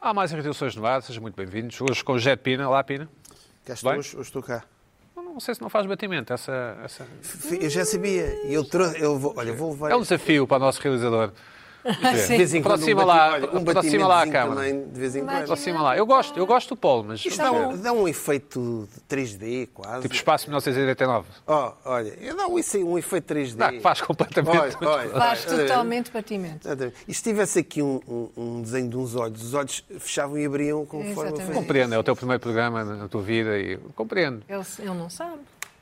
Há mais reduções no ar, sejam muito bem-vindos. Hoje com o Jet Pina. Olá, Pina. Cá estou, Bem? hoje, hoje estou cá. Não, não sei se não faz batimento. Essa, essa... F- Eu já sabia. E eu trouxe. Eu vou, olha, vou levar. É um desafio para o nosso realizador. de vez em quando Aproxima um lá, bati- olha, um aproxima lá a batimentozinho câmara. Também, de vez em quando. Aproxima lá. Eu gosto, eu gosto do polo, mas. é- Isto dá um, dá um efeito de 3D quase. Tipo espaço 1989. Oh, olha, eu dá um, isso aí, um efeito 3D. Dá, que faz completamente Olha, tudo. olha, Faz olha, totalmente batimento. olha. E se tivesse aqui um, um- um desenho de uns olhos, os olhos fechavam e abriam conforme eu Exatamente. fazia. Compreendo, é o teu primeiro programa na na tua vida e compreendo. Ele, ele não sabe.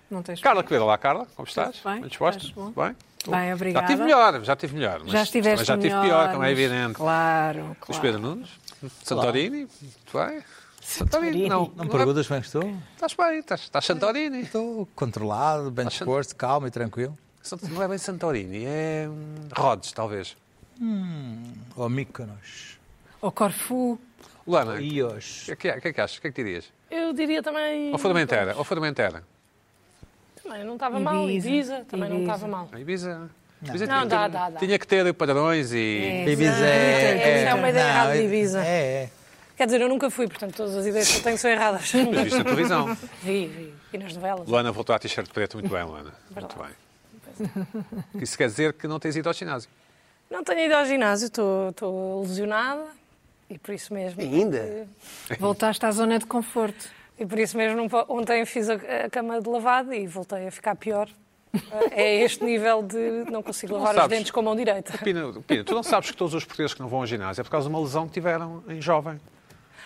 Não tens Carla Quevedo, olá Carla, como estás? Tudo bem, disposta? estás bom? Tudo bem? Bem, Já obrigada. tive melhor, já tive melhor. Mas Já estiveste mas já tive melhor, pior, como é mas- evidente. Claro, Luís claro. Pedro Nunes, Santorini, muito bem. Santorini, Santorini. não. Não me é- perguntas bem que estou? Estás bem, estás, estás Santorini. Estou controlado, bem disposto, calmo e tranquilo. Sant- Não é bem Santorini, é hum, Rhodes, talvez. Ou Oh, Mykonos. O Corfu. Lana, o Ios. que, é que- o que é que achas? O que é que dirias? Eu diria também. Ou Formentera, ou Formentera. Também não estava mal. Ibiza. Ibiza também não Ibiza. estava mal. A Ibiza. Ibiza Não, tinha- dá, tinha- dá, dá. Tinha que ter padrões e. É. Ibiza é, Essa é uma ideia não, errada de é- Ibiza. Então, É, é. Quer dizer, eu nunca fui, portanto todas as ideias que eu tenho são erradas. Mas viste na televisão. vi, vi. E nas novelas. Luana É. voltou à t-shirt preta, muito bem, Luana. Muito bem. Isso quer dizer que não tens ido ao ginásio. Não tenho ido ao ginásio, estou- estou lesionada e por isso mesmo. Uhum. Ainda? É. Voltaste à zona de conforto. E por isso mesmo não po- ontem fiz a, a cama de lavado e voltei a ficar pior. É este nível de não consigo lavar os sabes. dentes com a mão direita. Pina, Pina, tu não sabes que todos os portugueses que não vão ao ginásio é por causa de uma lesão que tiveram em jovem.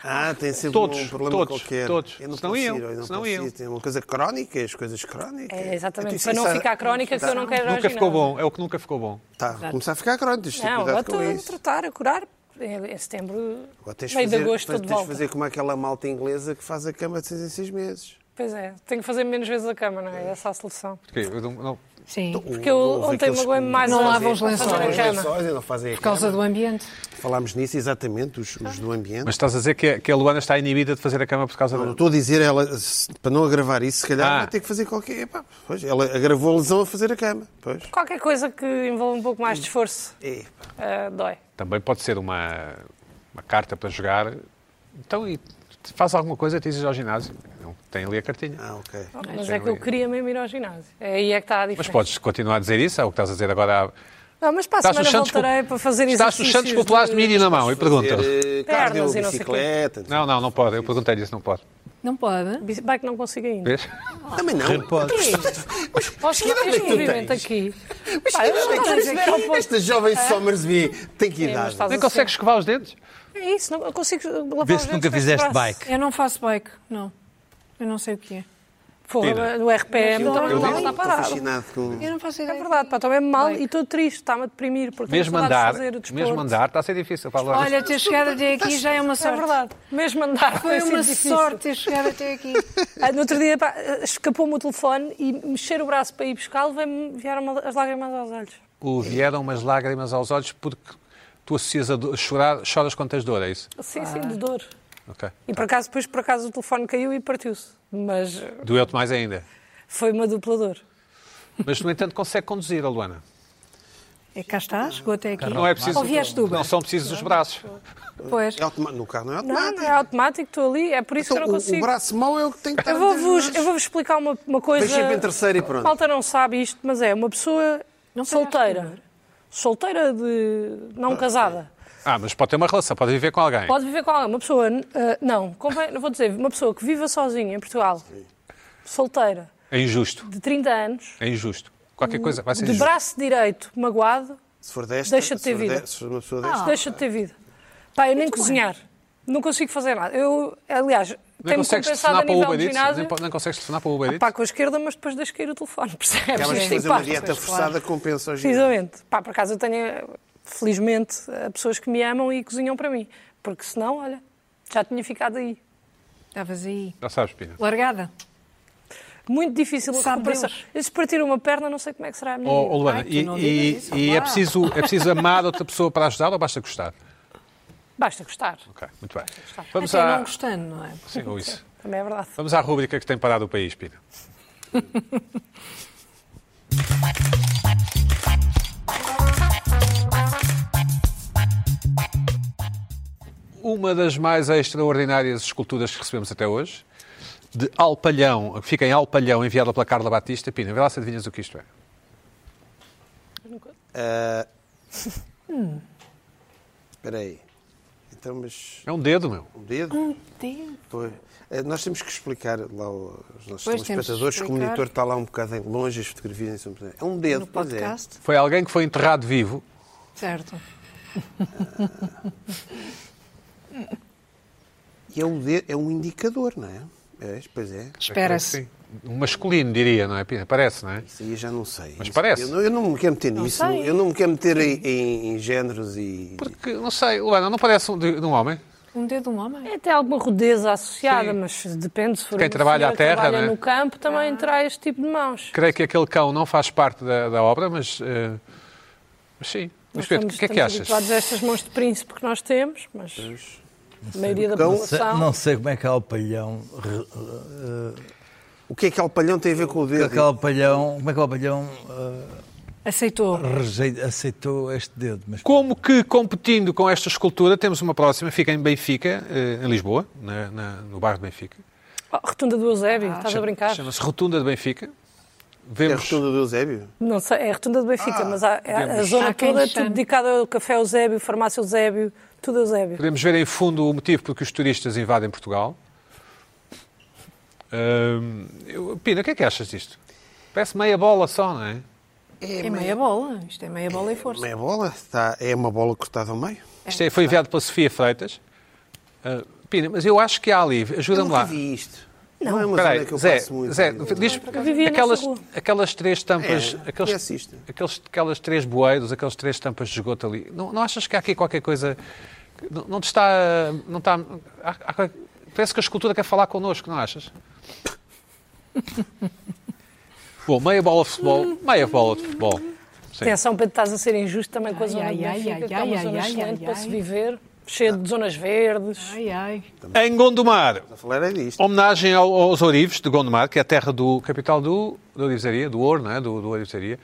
Ah, tem sempre Todos, um problema todos, qualquer. todos. Eu não Senão posso iam, ir, eu não senão posso iam. ir. Tem uma coisa crónica, as coisas crónicas. É, exatamente. Então, Para não isso- ficar crónica, que eu não quero ir ao nunca ficou ginásio. bom, é o que nunca ficou bom. Tá, vou começar a ficar crónico. tens de ter Não, agora cuidado com estou a isso. tratar, a curar. Em em setembro, Agora tens de meio de fazer- agosto, tens- tudo de tens de volta. fazer como aquela malta inglesa que faz a cama de seis em seis meses. Pois é, tenho que fazer menos vezes a cama, não é? Essa é a solução. Porque eu não- não- Sim. Por Porque eu Houve ontem aqueles magoei-me que mais Não uma lavam os vez a fazer Não lençóis. fazem a cama. os lençóis e não fazem a causa cama. do ambiente. Falámos nisso exatamente, os, os do ambiente. Mas estás a dizer que a, que a Luana está inibida de fazer a cama por causa Não, do. não estou a dizer, ela, se- para não agravar isso, se calhar Ah. vai ter que fazer qualquer. Epá, pois, ela agravou a lesão a fazer a cama. Pois. Qualquer coisa que envolva um pouco mais de esforço É, ah, dói. Também pode ser uma, uma carta para jogar. Então, e faz alguma coisa, te exige ao ginásio. Não, Tem ali a cartinha. ah, ok. Mas é que eu queria mesmo ir ao ginásio. Aí é que está a Mas diferença. podes continuar a dizer isso, é o que estás a dizer agora. à- Não, mas para a Estás nos semana Santos voltarei Pop- para fazer Estás nos Santos Populares de mídia na mão e pergunta. Fazer, eh, Pernas cardio, e não sei o quê. bicicleta. Não, não, não pode. Eu perguntei isso, não pode. Não pode. mídia. Vai que não consigo ainda. Vês? Também não. Podes. Posso que idade é que este tu movimento tens? aqui. Mas Pá, eu não estou a que dizer ao ponto- Esta jovem Somersby tem que É, mas idade. estás Nem a consegues escovar os dentes? É isso, não eu consigo lavar Vê os se dentes nunca com este fizeste braço. bike. Eu não faço bike, não. Eu não sei o que é. Porra, no RPM Eu também estou- não está estou parado. fascinado com. Eu não faço É ideia. verdade, pá, estou mesmo mal e estou triste, está-me a deprimir. Porque tenho Mesmo saudades de andar, fazer o desporto. mesmo andar, está a ser difícil. Para a Luana. Olha, ter chegado até aqui já é uma É sorte. verdade, mesmo andar. Foi É tem sido uma difícil. sorte ter chegado até aqui. Ah, No outro dia, pá, escapou-me o telefone e mexer o braço para ir buscá-lo, veio-me- vieram-me as lágrimas aos olhos. O vieram umas lágrimas aos olhos porque tu associas a do- chorar, choras quando tens dor, é isso? Sim, sim, Ah. de dor. Ok. E por acaso, depois, por acaso, o telefone caiu e partiu-se. Mas eh, Doeu-te mais ainda. foi uma dupla dor. Mas, no entanto, consegue conduzir a Luana. É cá está, chegou até aqui. Não é um. preciso. Ou vieste do Uber? Não são precisos os braços. Pois. É automa- No carro não é Não, automático. não é automático, estou ali, é por isso Então, que eu o- não consigo. O braço mau é o que tem que estar. Eu vou-vos entre eu os- vou explicar uma, uma coisa. Deixa sempre em terceiro e pronto. Malta não sabe isto, mas é uma pessoa Não foi solteira. Solteira de. não casada. Ah, mas pode ter uma relação, pode viver com alguém. Pode viver com alguém. Uma pessoa. eh, não, convém, não vou dizer. Uma pessoa que viva sozinha em Portugal, solteira, É injusto. de 30 anos, É injusto. Qualquer coisa vai ser de injusto. braço direito magoado, Se for desta, Deixa de se ter for vida. de- Se for uma pessoa desta. deixa de ter vida. Pá, eu nem cozinhar. Não consigo fazer nada. Eu, aliás, Nem tenho consegues compensado a telefonar para o nível Uber de Eats? ginásio. Nem, po- nem consegues telefonar para o Uber Eats? Pá, com a esquerda, mas depois deixo cair o telefone, percebes? Aquelas de Isto fazer uma impacta. dieta forçada compensa hoje. Precisamente. Pá, por acaso eu tenho, felizmente, eh, pessoas que me amam e cozinham para mim. Porque senão, olha, já tinha ficado aí. Estavas aí. Já sabes, Pina. Largada. Muito difícil a Sabe recuperação. Deus. Eu, Se partir uma perna, não sei como é que será a minha Oh, vida. oh, Luana, Ai, tu e, não e- digas isso, e é, vá. preciso, é preciso amar outra pessoa para ajudar ou basta gostar? Basta gostar. Ok, muito bem. Até não gostando, não é? Sim, ou isso. Também é verdade. Vamos à rúbrica que tem parado o país, Pina. O uma das mais extraordinárias esculturas que recebemos até hoje, de Alpalhão, que fica em Alpalhão, enviada pela Carla Batista. Pina, vê lá se adivinhas o que isto é. Ah, Espera aí. Então, mas. É um dedo, meu. Um dedo? Deus. Pois. Eh, Nós temos que explicar lá aos nossos Pois, temos que telespectadores que o explicar. monitor está lá um bocado em longe, as fotografias em São Paulo. É um dedo, No pois é. podcast. Foi alguém que foi enterrado vivo. Certo. E é um, dedo, é um indicador, não é? É, pois é. Espera-se. Sim. Um masculino, diria, não é, Pina? Parece, não é? Isso aí eu já não sei. Mas Isso- parece. Eu não, eu não me quero meter nisso. sei. Eu não me quero meter em, em- em géneros e. Porque, não sei, Luana, não parece um, de, de um homem? Um dedo de um homem. É até alguma rudeza associada, Sim. mas depende se for Quem uma trabalha senhora à terra, que trabalha né? no campo, Ah. também terá este tipo de mãos. Creio que aquele cão não faz parte da, da obra, mas, eh, mas sim. Mas Nós Pedro, estamos- o que é que estamos achas? habituados a estas mãos de príncipe que nós temos, mas a maioria da Não sei, população... não sei como é que Alpalhão. re- O que é que Alpalhão tem a ver com o Que dedo? é que Alpalhão como é que Alpalhão eh, Aceitou. rejeita- aceitou este dedo? Mas Como que competindo com esta escultura, temos uma próxima, fica em Benfica, eh, em Lisboa, na- na- no bairro de Benfica. Oh, Rotunda do Eusébio, Ah, estás a brincar? Chama-se Rotunda de Benfica. É a Vemos, rotunda do Eusébio? Não sei, é a Rotunda do Benfica, mas há, é- a vemos. zona Ah, Há quem toda é chame. tudo dedicada ao Café Eusébio, Farmácia Eusébio, tudo Eusébio. podemos ver em fundo o motivo porque os turistas invadem Portugal. Ahm, eu- Pina, o que é que achas disto? Parece meia bola só, não é? É meia bola. Isto é meia bola e força. É bola? Está- é uma bola cortada ao meio? Isto é- foi enviado pela Sofia Freitas. Ah, Pina, mas eu acho que há ali, Eu ajuda-me nunca lá. vi isto. Não, é uma Espera zona aí, que eu Zé, passo muito. Zé, Eu- diz vivia nessa aquelas, rua. aquelas três tampas, É, aqueles, conheço isto. aqueles- aquelas três bueiros, aquelas três tampas de esgoto ali. Não, não achas que há aqui qualquer coisa? que Não, não te está, não está. há- há qualquer- parece que a escultura quer falar connosco, não achas? Bom, meia bola de futebol, meia bola de futebol. Sim. Atenção, Pedro, estás a ser injusto também com a Ai, zona ai, do ai, Benfica, ai, que é uma ai, zona ai, excelente ai, para ai. se viver, cheia Ah. de zonas verdes. Ai, ai. Em Gondomar, A falar é disto. Homenagem ao- aos Ourives de Gondomar, que é a terra do capital do, da Ourivesaria, do ouro, não é? Do, do Ourivesaria.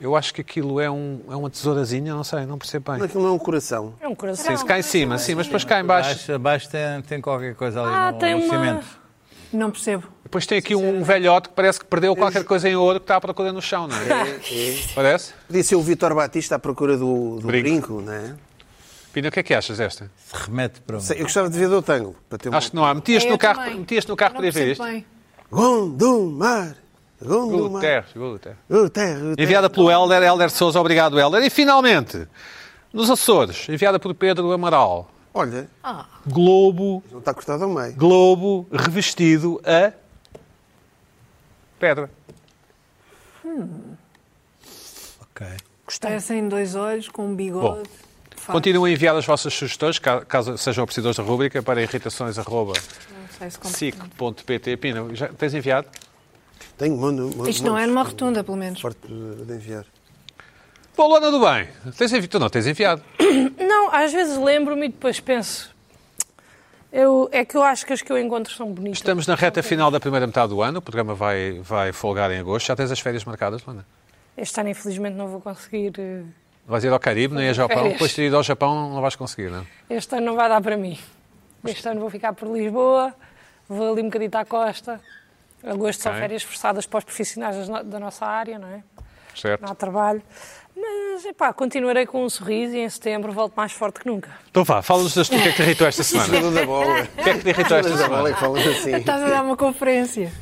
Eu acho que aquilo é, um, é uma tesourazinha, não sei, não percebo bem. Aquilo não é um coração. É um coração. Sim, se cá em cima, sim, mas depois cá em baixo. Abaixo, abaixo tem, tem qualquer coisa ali Ah, no, tem no uma- cimento. Não percebo. Depois tem aqui um velhote que parece que perdeu qualquer coisa em ouro que está à procura no chão, não é? Parece? Podia ser o Vitor Batista à procura do, do Brinco. brinco. não é? Pina, o que é que achas desta? Se remete para um. Sei, Eu gostava de ver do tango. Para ter um... Acho que não há. Metias-te É, Eu no carro, também. metias no carro Não para ver percebo isto. bem. Gondomar! Gondomar! Guterres, Guterres. Guterres, Guterres. Enviada pelo Helder, Helder Souza, obrigado, Helder. E finalmente, nos Açores, enviada por Pedro Amaral. Olha, Globo não está cortado ao meio. globo revestido a pedra. Ok. Eh, Parecem dois olhos com um bigode. De facto, Continuem a enviar as vossas sugestões, ca- caso sejam apreciadores da rubrica, para irritações.sic.pt. Não sei se comp- Pina, já tens enviado? Tenho mundo. mundo- Isto não é mundo numa rotunda, pelo menos. Forte de de enviar. Bom, Luana do Bem, tens enviado? Tu não tens enviado. Não, às vezes lembro-me e depois penso. Eu, é que eu acho que as que eu encontro são bonitas. Estamos na reta final da primeira metade do ano, o programa vai, vai folgar em agosto. Já tens as férias marcadas, Luana? Este ano, infelizmente, não vou conseguir. eh, Vais ir ao Caribe, nem ao Japão. Férias. Depois de ir ao Japão, não vais conseguir, não? é? Este ano não vai dar para mim. Este ano vou ficar por Lisboa, vou ali um bocadinho à costa. Agosto são Ok. férias forçadas para os profissionais das no- da nossa área, não é? Certo. Não há trabalho. Mas, epá, continuarei com um sorriso e em setembro volto mais forte que nunca. Então vá, fala-nos das tu, o que é que te irritou esta semana. Jogador da bola. O que é que te irritou esta Jogador da bola semana? é que falas assim. Estás a dar uma conferência.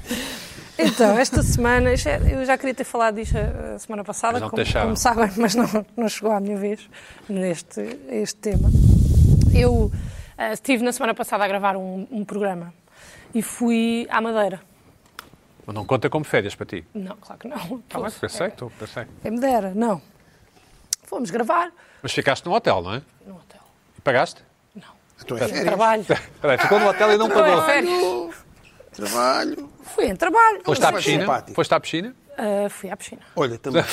Então, esta semana, isto é- eu já queria ter falado disto a a semana passada, Mas não te como, deixaram. como sabem, mas não, não chegou à minha vez neste a este tema. Eu ah, estive na semana passada a gravar um, um programa e fui à Madeira. Não conta como férias para ti. Não, claro que não. Está Tá bem, pensei, estou, pensei. Quem me dera, não. Fomos gravar Mas ficaste num hotel, não é? no hotel. E pagaste? Então é Em férias. trabalho. Espera aí, ficou no hotel e não Não é pagou. férias. Trabalho. Fui em trabalho. Foste à Foi piscina? simpático. Foste à piscina? Ah, fui à piscina. Olha, também.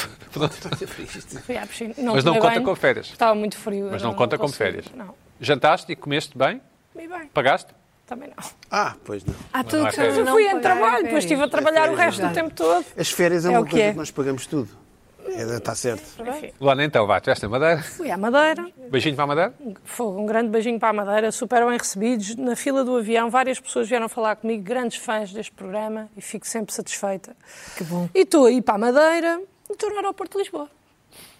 Fui à piscina. Mas não conta com como férias. Estava muito frio. Mas eu não conta como consegui. férias. Não. Jantaste e comeste bem? Comi bem. Pagaste? Também não. Ah, pois não. Há tudo há que férias. Eu não É, fui em pagar trabalho, férias. depois estive a trabalhar o resto do tempo todo. As férias é, É uma o que coisa é. que nós pagamos tudo. É, Está Tá certo. Enfim, Luana, então, vá, tiveste na Madeira. fui à Madeira, Beijinho para a Madeira. Fogo, um grande beijinho para a Madeira, super bem recebidos. Na fila do avião, várias pessoas vieram falar comigo, grandes fãs deste programa, e fico sempre satisfeita. Que bom. E estou aí para a Madeira e estou no aeroporto de Lisboa.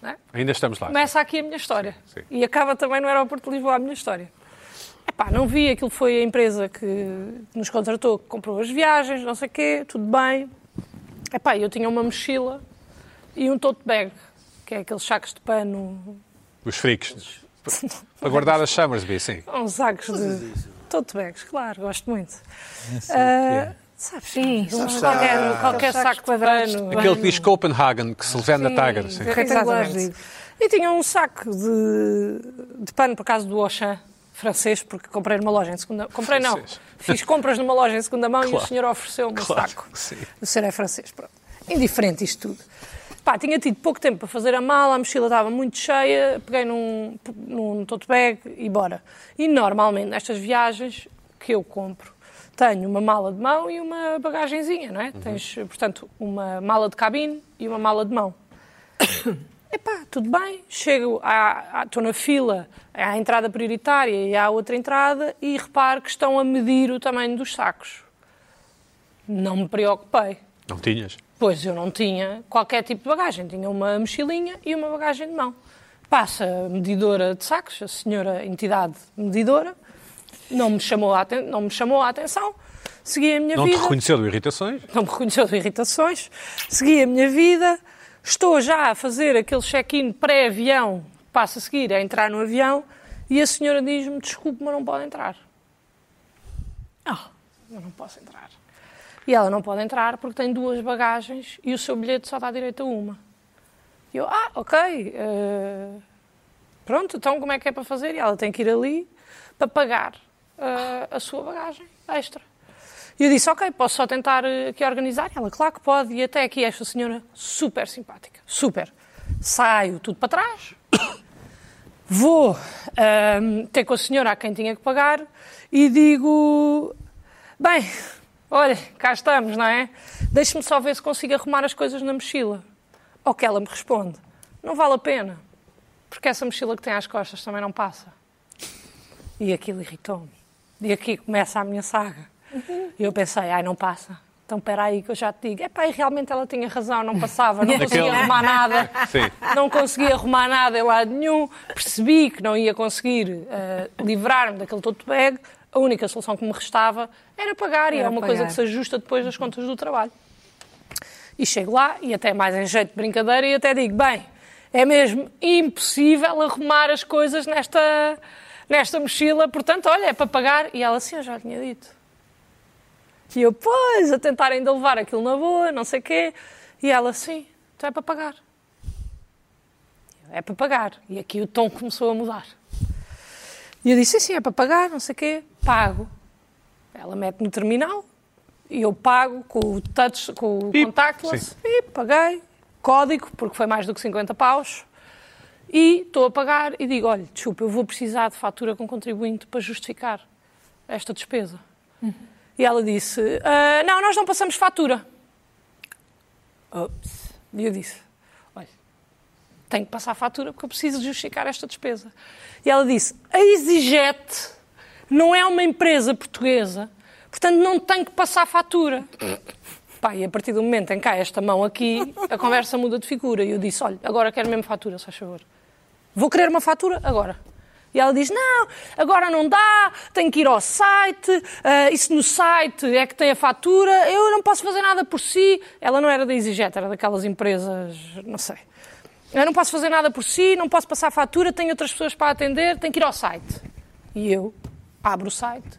não é? Ainda estamos lá. Começa aqui a minha história. Sim, sim. E acaba também no aeroporto de Lisboa a minha história. Epá, não vi, aquilo foi a empresa que nos contratou, que comprou as viagens, não sei o quê, tudo bem. Epá, eu tinha uma mochila e um tote bag, que é aqueles sacos de pano, Os freaks. Para guardar as Summersby, sim. uns sacos de tote bags, claro, gosto muito. é. Ah, sabes, Sim, sabes, sabes, qualquer, sabes. qualquer saco de pano. Aquele que diz Copenhagen, que se levanta na Sim, Tiger. Sim. exatamente. Retangulares. E tinha um saco de, de pano, por acaso do Auchan francês, porque comprei numa loja em segunda Comprei não, Francês. fiz compras numa loja em segunda mão e o Claro. senhor ofereceu-me o Claro, saco. sim. O senhor é francês, pronto. Indiferente isto tudo. Pá, tinha tido pouco tempo para fazer a mala, a mochila estava muito cheia, peguei num, num tote bag e bora. E normalmente nestas viagens que eu compro, tenho uma mala de mão e uma bagagenzinha, não é? Uhum. Tens, portanto, uma mala de cabine e uma mala de mão. Epá, tudo bem, chego, à- à- estou na fila, é à entrada prioritária e à outra entrada e reparo que estão a medir o tamanho dos sacos. Não me preocupei, Não tinhas? pois eu não tinha qualquer tipo de bagagem, tinha uma mochilinha e uma bagagem de mão. Passa a medidora de sacos, a senhora entidade medidora, não me chamou a, aten- não me chamou a atenção, segui a minha Não te vida reconheceu de irritações? não me reconheceu de irritações, segui a minha vida, estou já a fazer aquele check-in pré-avião, passo a seguir a entrar no avião e a senhora diz-me, desculpe, mas não pode entrar. Ah, eu não posso entrar. E ela não pode entrar porque tem duas bagagens e o seu bilhete só dá direito a uma. E eu, ah, ok, eh, pronto, então como é que é para fazer? E ela tem que ir ali para pagar eh, a sua bagagem extra. E eu disse, ok, posso só tentar eh, aqui organizar? Ela, claro que pode. E até aqui esta senhora, super simpática, super. Saio tudo para trás, vou ahm, ter com a senhora a quem tinha que pagar e digo, bem, olha, cá estamos, não é? Deixe-me só ver se consigo arrumar as coisas na mochila. Ao que ela me responde, não vale a pena, porque essa mochila que tem às costas também não passa. E aquilo irritou-me. E aqui começa a minha saga. E eu pensei, ai, não passa. Então, espera aí que eu já te digo. Epá, e realmente ela tinha razão, não passava, não conseguia Naquele- arrumar nada. Sim. Não consegui arrumar nada em lado nenhum. Percebi que não ia conseguir eh, livrar-me daquele tote bag. A única solução que me restava era pagar, e Era é uma coisa pagar. que se ajusta depois das contas do trabalho. E chego lá, e até mais em jeito de brincadeira, e até digo: bem, é mesmo impossível arrumar as coisas nesta, nesta mochila, portanto, olha, é para pagar. E ela, sim, eu já tinha dito. E eu, pois, a tentar ainda levar aquilo na boa, não sei o quê. E ela, sim, então é para pagar. É para pagar. E aqui o tom começou a mudar. E eu disse, sim, sim, é para pagar, não sei o quê, pago. Ela mete no terminal e eu pago com o, touch, com o Pip, contactless. E paguei, código, porque foi mais do que 50 paus. E estou a pagar e digo, olha, desculpa, eu vou precisar de fatura com contribuinte para justificar esta despesa. E ela disse, "Ah, não, nós não passamos fatura. Ops. E eu disse, olha, tenho que passar a fatura porque eu preciso justificar esta despesa. E ela disse: a EasyJet não é uma empresa portuguesa, portanto não tem que passar a fatura. Pá, e a partir do momento em que há esta mão aqui, a conversa muda de figura. E eu disse: olha, agora quero mesmo fatura, se faz favor. Vou querer uma fatura agora. E ela diz: Não, agora não dá, tenho que ir ao site, ah, isso no site é que tem a fatura, eu não posso fazer nada por si. Ela não era da EasyJet, era daquelas empresas, não sei. Eu não posso fazer nada por si, não posso passar a fatura, tenho outras pessoas para atender, tenho que ir ao site. E eu abro o site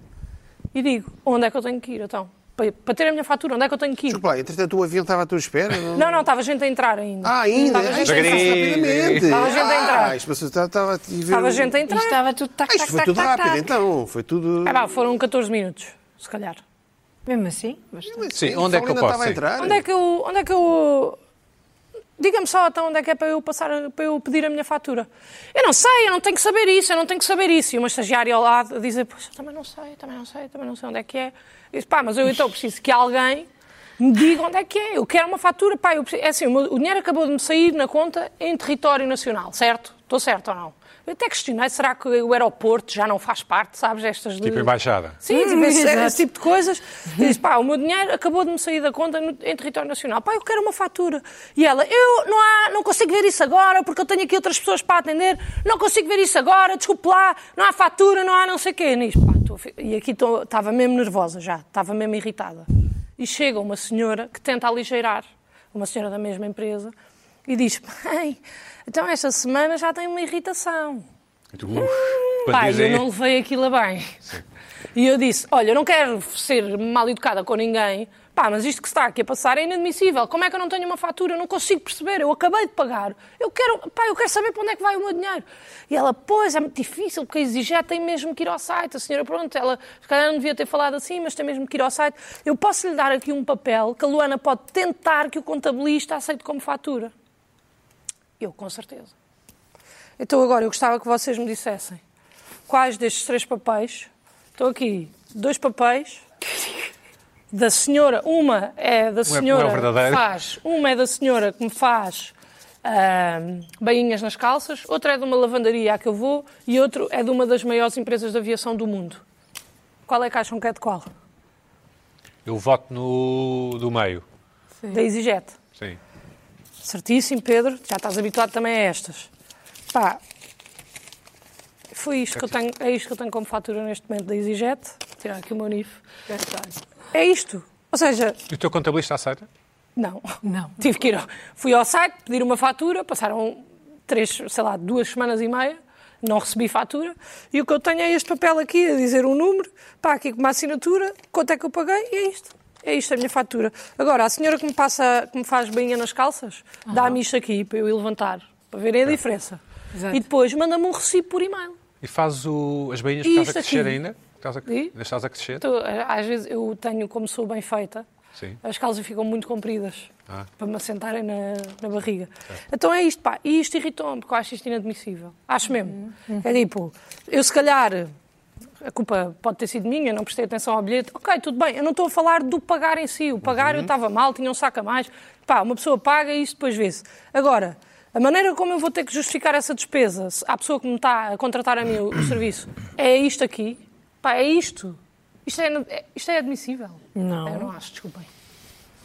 e digo: Onde é que eu tenho que ir? Então, para para ter a minha fatura, onde é que eu tenho que ir? Desculpa lá, entretanto o avião estava à tua espera. não? Não, não, estava gente a entrar ainda. Ah, ainda? Estava gente a Devagarinho. entrar. Rapidamente. Estava gente a entrar. Ah, isto passou- estava- estava a ver Estava o- gente a Isto entrar. estava tudo tac, Ah, isto tac, foi tac, tudo tac, rápido, tac. então. Foi tudo. Ah, pá, foram 14 minutos, se calhar. Mesmo assim? bastante. Sim, O onde é que eu pessoal posso, ainda estava a sim. entrar. Onde é que eu. Onde é que eu... Diga-me só então onde é que é para eu passar para eu pedir a minha fatura. Eu não sei, eu não tenho que saber isso, eu não tenho que saber isso. E uma estagiária ao lado a dizer, poxa, eu também não sei, também não sei, também não sei onde é que é. Eu disse, pá, mas eu então preciso que alguém me diga onde é que é. Eu quero uma fatura. Pá, eu preciso- é assim, o, meu- o dinheiro acabou de me sair na conta em território nacional, certo? Estou certo ou não? Eu até questionei, será que o aeroporto já não faz parte, sabes, estas... de- Tipo embaixada. Sim, tipo, Hum, esse, exato. esse tipo de coisas. E diz, pá, o meu dinheiro acabou de me sair da conta no- em território nacional. Pá, eu quero uma fatura. E ela, eu não, há, não consigo ver isso agora, porque eu tenho aqui outras pessoas para atender, não consigo ver isso agora, desculpe lá, não há fatura, não há não sei o quê. Nisso, pá, tô a fi- e aqui tô- estava mesmo nervosa já, estava mesmo irritada. E chega uma senhora que tenta aligeirar, uma senhora da mesma empresa, e diz, bem, então esta semana já tenho uma irritação. E tu, uf, quando Pai, dizem- eu não levei aquilo a bem. E eu disse: Olha, eu não quero ser mal educada com ninguém, pá, mas isto que se está aqui a passar é inadmissível. Como é que eu não tenho uma fatura? Eu não consigo perceber. Eu acabei de pagar. Eu quero, pá, eu quero saber para onde é que vai o meu dinheiro. E ela: Pois, é muito difícil, porque a exigir tem mesmo que ir ao site. A senhora, pronto, ela se calhar não devia ter falado assim, mas tem mesmo que ir ao site. Eu posso lhe dar aqui um papel que a Luana pode tentar que o contabilista aceite como fatura. Eu, com certeza. Então agora eu gostava que vocês me dissessem quais destes três papéis. Estão aqui dois papéis da senhora. Uma é da senhora um é o verdadeiro. que faz. Uma é da senhora que me faz ahm, bainhas nas calças, outra é de uma lavandaria à que eu vou e outro é de uma das maiores empresas de aviação do mundo. Qual é que acham que é de qual? Eu voto no do meio. Da EasyJet. Sim. Certíssimo, Pedro. Já estás habituado também a estas. Pá, foi isto que eu tenho, é isto que eu tenho como fatura neste momento da EasyJet. Vou tirar aqui o meu NIF. É isto. Ou seja, E o teu contabilista aceita? não. Não. Tive que ir. ao- Fui ao site pedir uma fatura, passaram três, sei lá, duas semanas e meia, não recebi fatura. E o que eu tenho é este papel aqui a dizer um número, pá, aqui com uma assinatura, quanto é que eu paguei e é isto. É isto a minha fatura. Agora, a senhora que me, passa, que me faz bainha nas calças, dá-me isto aqui para eu ir levantar, para verem a diferença. Tá. Exato. E depois manda-me um recibo por e-mail. E faz o, as bainhas E que estás a isto crescer aqui? ainda? Que Estás a, E? ainda estás a crescer? Então, às vezes eu tenho, como sou bem feita, Sim. as calças ficam muito compridas Ah. para me assentarem na, na barriga. Então é isto, pá. E isto irritou-me, porque eu acho isto inadmissível. Acho mesmo. É tipo, eu se calhar. A culpa pode ter sido minha, não prestei atenção ao bilhete. Ok, tudo bem, eu não estou a falar do pagar em si. O pagar eu estava mal, tinha um saco a mais. Pá, uma pessoa paga e isso depois vê-se. Agora, a maneira como eu vou ter que justificar essa despesa se- à pessoa que me está a contratar a mim o o serviço é isto aqui. Pá, é isto. Isto é, é- isto é admissível. Não. Eu não acho, desculpem.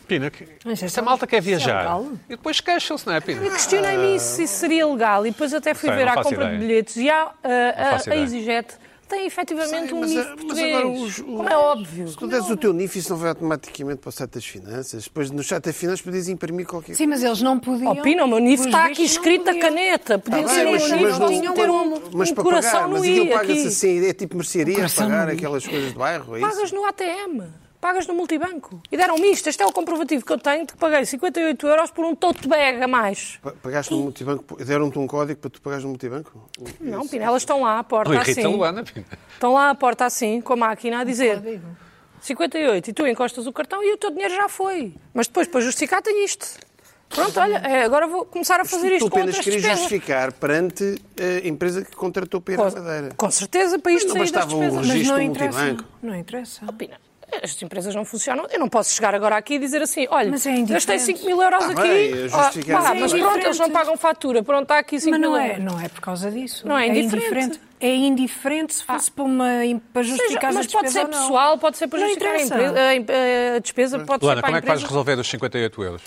Pina, que, Mas é essa só- malta quer isso é viajar. legal. e depois queixam-se, não é, Pina? Eu questionei-me isso, se isso seria legal e depois até fui Sei, ver não à faço compra ideia. de bilhetes e há, Não a, a, faço a ideia. EasyJet tem efetivamente Sei, um mas, nível mas português, agora os- os- como é óbvio. Se tu deres o teu NIF, isso não vai automaticamente para o site das finanças. Depois no site das finanças podias imprimir qualquer coisa. Sim, mas eles não podiam. Opina, o meu NIF Os está aqui vistos não escrito a podiam. Tá caneta. Ah, Podia bem, ser um mas- NIF, mas não- tinha ter um, mas um para coração pagar, no mas I aquilo paga-se aqui. assim, é tipo mercearia, coração pagar no i. aquelas coisas de bairro, é isso? Pagas no ATM, pagas no multibanco. E deram-me isto, este é o comprovativo que eu tenho de que paguei 58 euros por um tote bag a mais. Pa- Pagaste no multibanco, deram-te um código para tu pagares no multibanco? Não, Pina, elas estão lá à porta Não irrita a assim. Luana, Pina. Estão lá à porta assim, com a máquina, a dizer 58 e tu encostas o cartão e o teu dinheiro já foi. Mas depois, para justificar, tem isto. Pronto, olha, é, agora vou começar a fazer tu isto com apenas outras querias despesas. justificar perante a empresa que contratou para ir à Madeira. Com, com certeza, para isto Não sair das bastava o despesas. Mas registro não do interessa. multibanco. Não interessa. Pina, as empresas não funcionam. Eu não posso chegar agora aqui e dizer assim: olha, Mas é gastei indiferente. 5 mil euros Tá aqui. bem, eu ah, justificar- pá, Mas é mas pronto, indiferente. eles não pagam fatura. Pronto, está aqui 5 Mas mil não é, euros. não é por causa disso. Não, é indiferente. Ah. indiferente. É indiferente se fosse para, uma, im- para Seja- justificar mas a pode despesa ser ou não. pessoal, pode ser para Não justificar a, interessa. empresa, a em- a despesa, pode Luana, ser para como a é que vais empresa. resolver os 58 euros?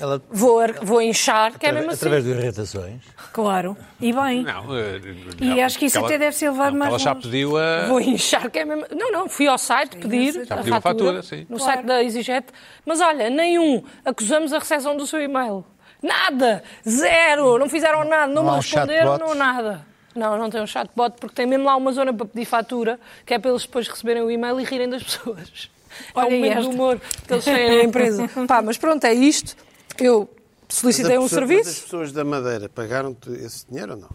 Ela, vou, ar- vou inchar, que é mesmo assim. através de irritações. Claro. E bem. Não, eh, E não, acho que isso ela- até deve ser levado não, mais Ela já longe. pediu a. Vou inchar que é mesmo. Não, não, fui ao site pedir Já a pediu fatura, a fatura, sim. no site da EasyJet, mas olha, nenhum. Acusamos a recepção do seu e-mail. Nada! Zero! Não fizeram nada, não, Não há me um responderam, chatbot? não nada. Não, não tem um chatbot, porque tem mesmo lá uma zona para pedir fatura, que é para eles depois receberem o e-mail e rirem das pessoas. Olha é um momento esta. de humor que eles têm na empresa. Pá, mas pronto, é isto. Eu Mas a solicitei um pessoa- mas serviço. As pessoas da Madeira pagaram-te esse dinheiro ou não?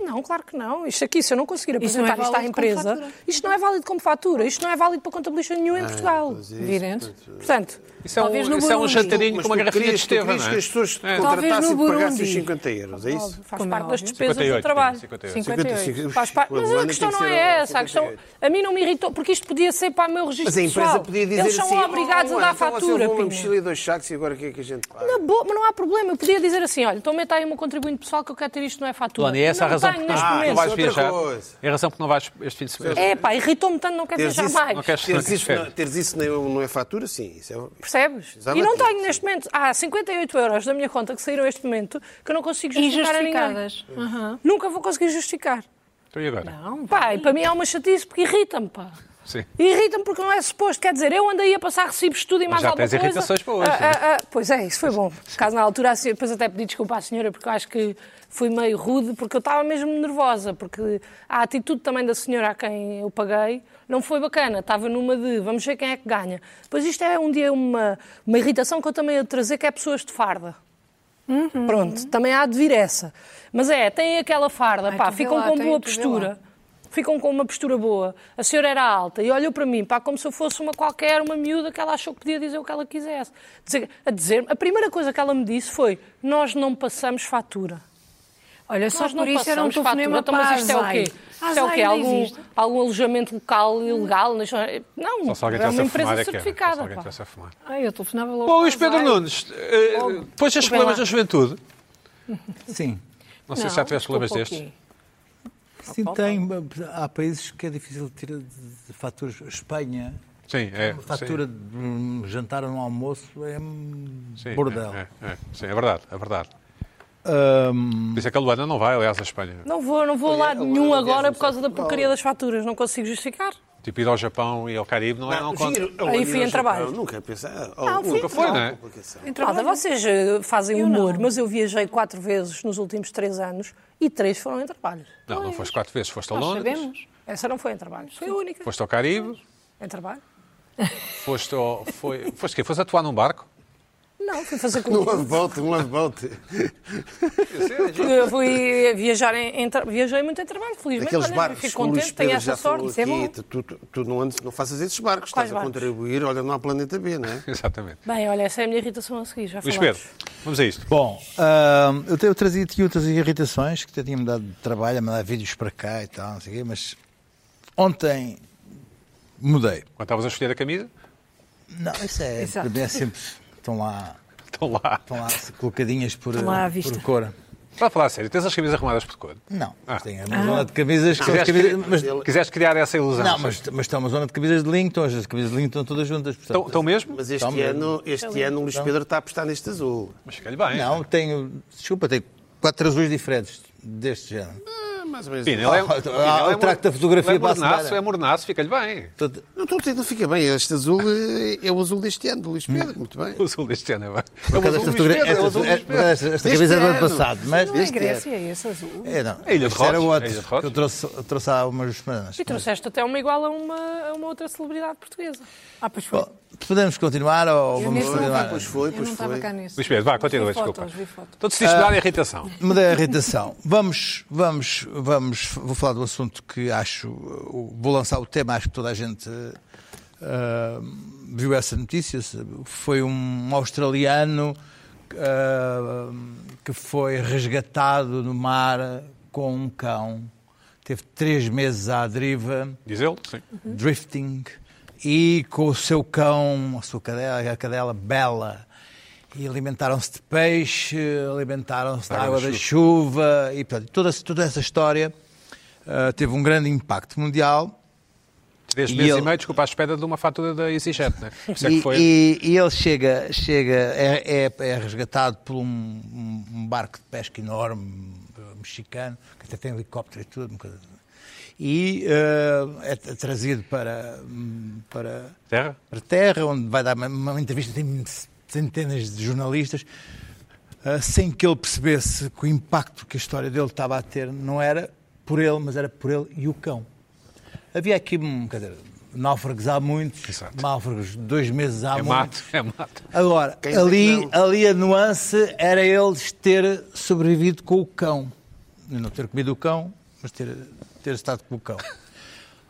Não, claro que não. Isto aqui, se eu não conseguir Isso não é apresentar isto à válido como empresa, fatura. isto não é válido como fatura, isto não é válido para contabilista nenhum em Portugal. pois é, Evidente. Portanto, Isso é um, Talvez no isso é um Burundi. jantarinho Mas com uma tu garrafinha de querias- tu Estevão, querias não que é? as pessoas te É. Talvez contratassem no e pagassem os Burundi. 50 euros, é isso? faz Como é parte das óbvio. despesas 58, do trabalho. 58. 58. 55, Faz parte. o Mas ano a tem questão que não ser é essa. A 58. questão, a mim não me irritou, porque isto podia ser para o meu registro Mas a empresa pessoal. podia dizer Eles são assim... obrigados "Oh, a dar a então você levou fatura, uma Pina. mochila e dois sacos e agora o que é que a gente paga? Na boa, mas não há problema. Eu podia dizer assim, olha, então mete aí um contribuinte pessoal que eu quero ter isto, não é fatura. Tony, é essa não a razão tenho porque neste Ah, não momento. vai- vais isso é outra viajar. coisa. É a razão porque não vais este fim de semana. É pá, irritou-me tanto, não quero Teres viajar isso- mais. Não queres Teres isso, não- não, teres isso não, é, não é fatura? Sim, isso é... Percebes? Exatamente. E não tenho neste momento. Há 58 euros da minha conta que saíram este momento que eu não consigo justificar a ninguém. Injustificadas. Nunca vou conseguir justificar. Então e agora? Não, Pá, e para mim é uma chatice porque irrita-me, pá. Sim. Irrita-me porque não é suposto. Quer dizer, eu andei a passar recibos de tudo e mais já alguma tens coisa. irritações para hoje, Ah, não é? ah, ah, pois é, isso foi bom. Por acaso, na altura, assim, depois até pedi desculpa à senhora porque eu acho que fui meio rude, porque eu estava mesmo nervosa, porque a atitude também da senhora a quem eu paguei não foi bacana. Estava numa de vamos ver quem é que ganha. Pois isto é um dia uma, uma irritação que eu também ia trazer, que é pessoas de farda. Pronto, também há de vir essa. Mas é, têm aquela farda, Uhum. Ai, pá, tu vê ficam lá, com tem- boa tu vê postura. Ficam com uma postura boa. A senhora era alta e olhou para mim, pá, como se eu fosse uma qualquer, uma miúda que ela achou que podia dizer o que ela quisesse. Dizer- a dizer a primeira coisa que ela me disse foi: Nós não passamos fatura. Olha, só Nós não por isso era um passamos fatura. telefonema Então, para mas isto é o quê? A Isto é o Azai quê? não Algum, existe. algum alojamento local ilegal? Não, Só se alguém é tivesse uma a fumar empresa é que era. Só se certificada. alguém pá. tivesse a fumar. Ai, eu telefonava logo. Bom, para Luís Pedro é- Azai. Nunes, eh, depois dos Desculpem problemas lá. da juventude, Sim. não sei Não, se já tiveste problemas desculpa o destes. quê? Sim, tem. Há países que é difícil tirar de- de faturas. Espanha, Sim, é. uma fatura de um jantar ou um almoço é um sim, sim, bordel. É, é, é. Sim, é verdade, é verdade. Ahm, Por isso é que a Luana não vai, aliás, à Espanha. Não vou, não vou a Aliás, lado nenhum aliás, agora não por causa sei. da porcaria das faturas. Não consigo justificar. Tipo, ir ao Japão e ao Caribe não é não conta. giro, Aí eu fui em não- trabalho. eu Nunca pensei... Oh, Não, fui em trabalho. complicação. Malta, vocês eh, fazem humor, mas eu viajei quatro vezes nos últimos três anos e três foram em trabalho. Não, não foste quatro vezes, foste a Nós Londres, sabemos. Essa não foi em trabalho. Foi a única. foste ao Caribe, Em trabalho? foste ao. Foi, foste quê? Foste atuar num barco? Não, fui fazer Um comigo. love boat, um love boat. Eu fui viajar em, em tra- viajei muito em trabalho, felizmente. Aqueles olha, barcos que fico o Luís contente, tenho Pedro essa já sorte, falou isso é bom. aqui, tu, tu- tu não, andes- não faças esses barcos, Quais estás a barcos? contribuir, olha, não há planeta B, não é? Exatamente. Bem, olha, essa é a minha irritação a seguir, já Luís falámos. Pedro, vamos a isto. Bom, ahm, eu, te- eu trazia aqui outras irritações que até tinha-me dado trabalho a mandar vídeos para cá e tal, não sei o quê, mas ontem mudei. Quando estavas a escolher a camisa, Não, isso é, Exato. para mim é sempre. Estão lá, estão então lá. estão lá colocadinhas por, Estão lá à eh, vista. por cor. Para falar a sério, tens as camisas arrumadas por cor. Não, Ah. tem a zona de camisas que são as Quiseste, camisas. Mas, cri- quiseste criar essa ilusão. não, mas, mas está uma zona de camisas de Lincoln, as camisas de Lincoln estão todas juntas. portanto- Estão, estão Então, mesmo? Mas este Toma. ano, este ano o Luís Pedro está a apostar neste azul. Mas fica-lhe bem. Não, tenho. Desculpa, tenho quatro azuis diferentes deste género. Ah, mais ou menos. Pina, ele é, Ah, Pina, ah, ele é eu trago-te a fotografia ele é para a mornaço, semana. É mornaço, fica-lhe bem. Portanto, Não estou a dizer, não fica bem. Este azul eh, é o azul deste ano, do Luís Pedro. Muito bem. O azul deste ano é bem. É Por o azul acaso esta, Luís fotogra- Pedro, é o esta- azul Luís esta- Pedro. esta- esta Este camisa é do ano ano. passado, mas. Não é Grécia, é esse azul. É, não. É Ilha de Este era Rodos, outro é Ilha de que Rodos. eu trouxe, eu trouxe há umas semanas. E trouxeste até uma igual a uma, a uma outra celebridade portuguesa. Ah, pois foi. Bom, podemos continuar ou Eu vamos nesse não continuar? estava. Pois foi, eu pois não estava foi. Então cá nisso. Luís Pedro, vá, continua, vi fotos, desculpa. Vi fotos. Então decidiste Ah. dar a irritação. Mudei é a irritação. Vamos, vamos, vamos. Vou falar do assunto que acho. uh, Vou lançar o tema, acho que toda a gente uh, viu essa notícia. se- Foi um australiano uh, que foi resgatado no mar com um cão. Teve três meses à deriva. Diz ele? Sim. drifting e com o seu cão, a sua cadela, a cadela Bela. E alimentaram-se de peixe, alimentaram-se da água da chuva e portanto, toda, toda essa história ah, teve um grande impacto mundial. Três E meses ele- e meio, desculpa, à espera de uma fatura da EasyJet, né? Por isso é E, que foi. e- e ele chega, chega é, é- é resgatado por um, um- um barco de pesca enorme eh, mexicano, que até tem helicóptero e tudo. uma coisa- assim. E eh, é tra- trazido para, hum, para, Terra? para terra, onde vai dar uma, uma entrevista, tem centenas de jornalistas, ah, sem que ele percebesse que o impacto que a história dele estava a ter não era por ele, mas era por ele e o cão. Havia aqui, hum, quer dizer, náufragos há muitos, Exato. náufragos dois meses há É muitos. mato, é mato. Agora, Quem é que ali, não? ali a nuance era eles ter sobrevivido com o cão. de não ter comido o cão, mas ter, ter estado com o cão.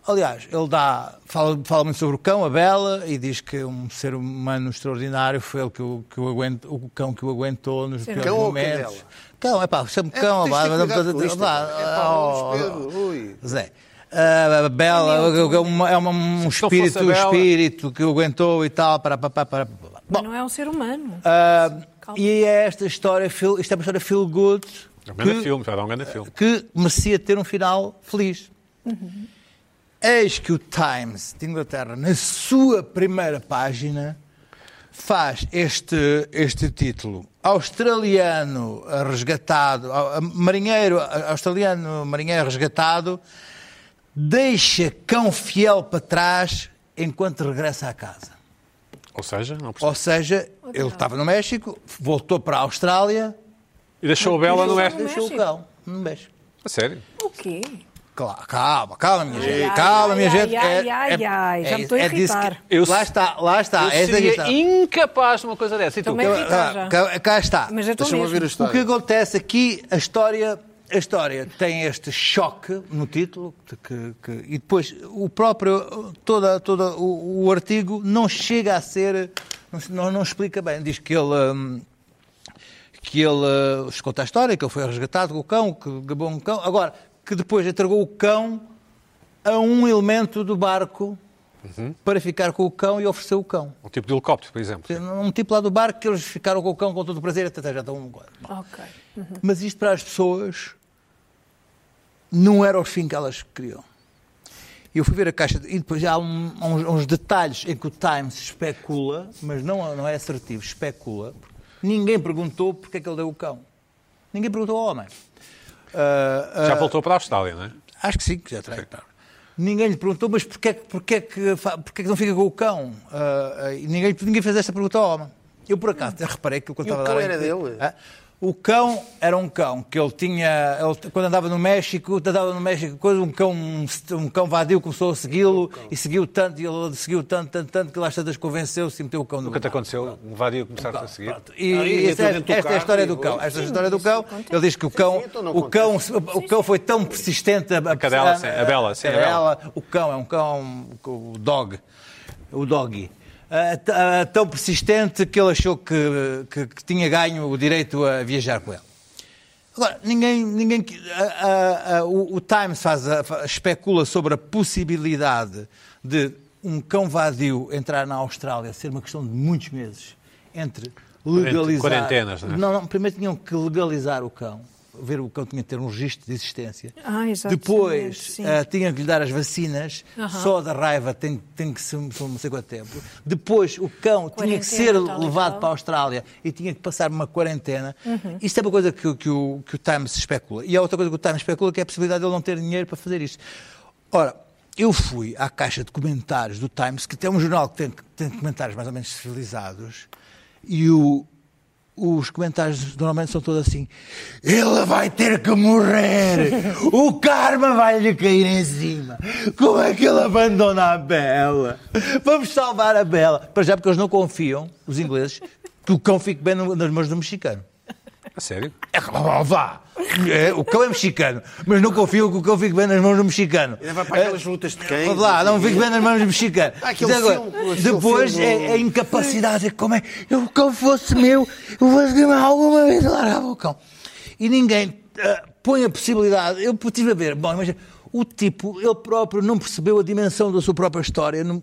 Aliás, ele dá, fala, fala muito sobre o cão, a Bela, e diz que um ser humano extraordinário foi ele que o, que o, aguent, o cão que o aguentou nos piores Cão ou momentos. cadela? Cão, é pá, chama-me É, cão, tens vá, de ter vá, cuidado vá, com isto, vá, é pá, ó, Luís ó, Pedro, ui. Zé. Ah, a Bela é uma- é uma- um não fosse espírito, a Bela- espírito que o aguentou e tal, para, para, para, para, para. Mas não é um ser humano. Ah, Calma. e é esta história, feel- isto é uma história feel good É um grande que, filme, já dá um grande filme. que merecia ter um final feliz. Uhum. Eis que o Times de Inglaterra, na sua primeira página, faz este, este título. Australiano resgatado, ah, marinheiro, ah, australiano marinheiro resgatado, deixa cão fiel para trás enquanto regressa à casa. Ou seja, não percebo. Ou seja, ele estava no México, voltou para a Austrália, E deixou a Bela no Não, México. deixou o México? cão no México. A sério. O quê? Cla- Calma, calma, minha gente. ai, calma, ai, minha ai, gente. É, ai, ai, ai, já me estou a disso irritar. que- Eu lá se- está, lá está. Eu é isso que seria está. incapaz de uma coisa dessa. E tu? é Também- irritar Ah, cá, cá está. Mas eu então estou Deixa-me ouvir a Então mesmo. O que história. acontece aqui, a história, a história tem este choque no título de que- que- e depois o próprio, toda, toda o, o artigo não chega a ser, não, se- não, não explica bem. Diz que ele hum, que ele hum, conta a história, que ele foi resgatado com o cão, que gabou um cão, agora que depois entregou o cão a um elemento do barco Uhum. para ficar com o cão e ofereceu o cão. Um tipo de helicóptero, por exemplo. Um tipo lá do barco que eles ficaram com o cão com todo o prazer, até já estão um Ok. mas isto para as pessoas não era o fim que elas queriam. E Eu fui ver a caixa de- e depois há um- há uns, há uns detalhes em que o Times especula, mas não, não é assertivo, especula. Ninguém perguntou porque é que ele deu o cão. Ninguém perguntou ao homem. Ah, ah, Já voltou para a Austrália, não é? Acho que sim, que já terá ido. Ninguém lhe perguntou, mas porquê, porquê, que, fa- porquê que não fica com o cão? Ah, ah, e ninguém, ninguém fez esta pergunta ao homem. Eu, por acaso, até reparei que o E o estava a cão dar a- era dele? Ah, o cão era um cão que ele tinha. ele- quando andava no México, andava no México, coisa, um cão, um, um cão vadio começou a segui-lo e seguiu tanto, e ele seguiu tanto, tanto, tanto, que lá às tantas convenceu-se e meteu o cão no Nunca te aconteceu? Um vadio começar a seguir? Pronto. E, Ah, e e esta, entrou dentro do esta é a carro história e do cão. foi. Esta é a história do cão. Ele diz que o cão, sim, então não o cão, o cão foi tão persistente. A, a, cadela, sim, a Bela, sim, a Bela. O cão é um cão, o dog, o doggy. Ah, t- ah, tão persistente que ele achou que, que- que tinha ganho o direito a viajar com ele. Agora, ninguém. ninguém que- a- a- a- o, o Times faz a- fa- especula sobre a possibilidade de um cão vadio entrar na Austrália ser uma questão de muitos meses entre legalizar. quarentenas, não é? não, não, primeiro tinham que legalizar o cão, ver o cão tinha que ter um registro de existência. Ah, exatamente, Depois sim. ah, tinham que lhe dar as vacinas, só da raiva tem, tem que ser são não sei quanto tempo. Depois o cão tinha que ser Quarentena, tal e levado qual. para a Austrália e tinha que passar uma quarentena. Uhum. Isto é uma coisa que, o- que o, que o Times especula. E há outra coisa que o Times especula que é a possibilidade de ele não ter dinheiro para fazer isto. Ora, eu fui à caixa de comentários do Times, que tem um jornal que tem, que tem comentários mais ou menos civilizados, e o- os comentários normalmente são todos assim: ele vai ter que morrer, o karma vai lhe cair em cima. Como é que ele abandona a Bela? Vamos salvar a Bela. Para já, porque eles não confiam, os ingleses, que o cão fique bem no- nas mãos do mexicano. A sério? É, vá, vá. É, o cão é mexicano, mas não confio que o cão fique bem nas mãos do mexicano. É, Ainda vai para aquelas lutas de cães, Vamos lá, não assim. fique bem nas mãos do mexicano. Há aquele Diz agora, filme, aquele depois filme do- é, é a incapacidade. Como é? Eu, o cão fosse meu, eu vou esgrimar alguma vez e largava o cão. E ninguém ah, põe a possibilidade. Eu estive a ver, bom, imagina. O tipo, ele próprio não percebeu a dimensão da sua própria história não-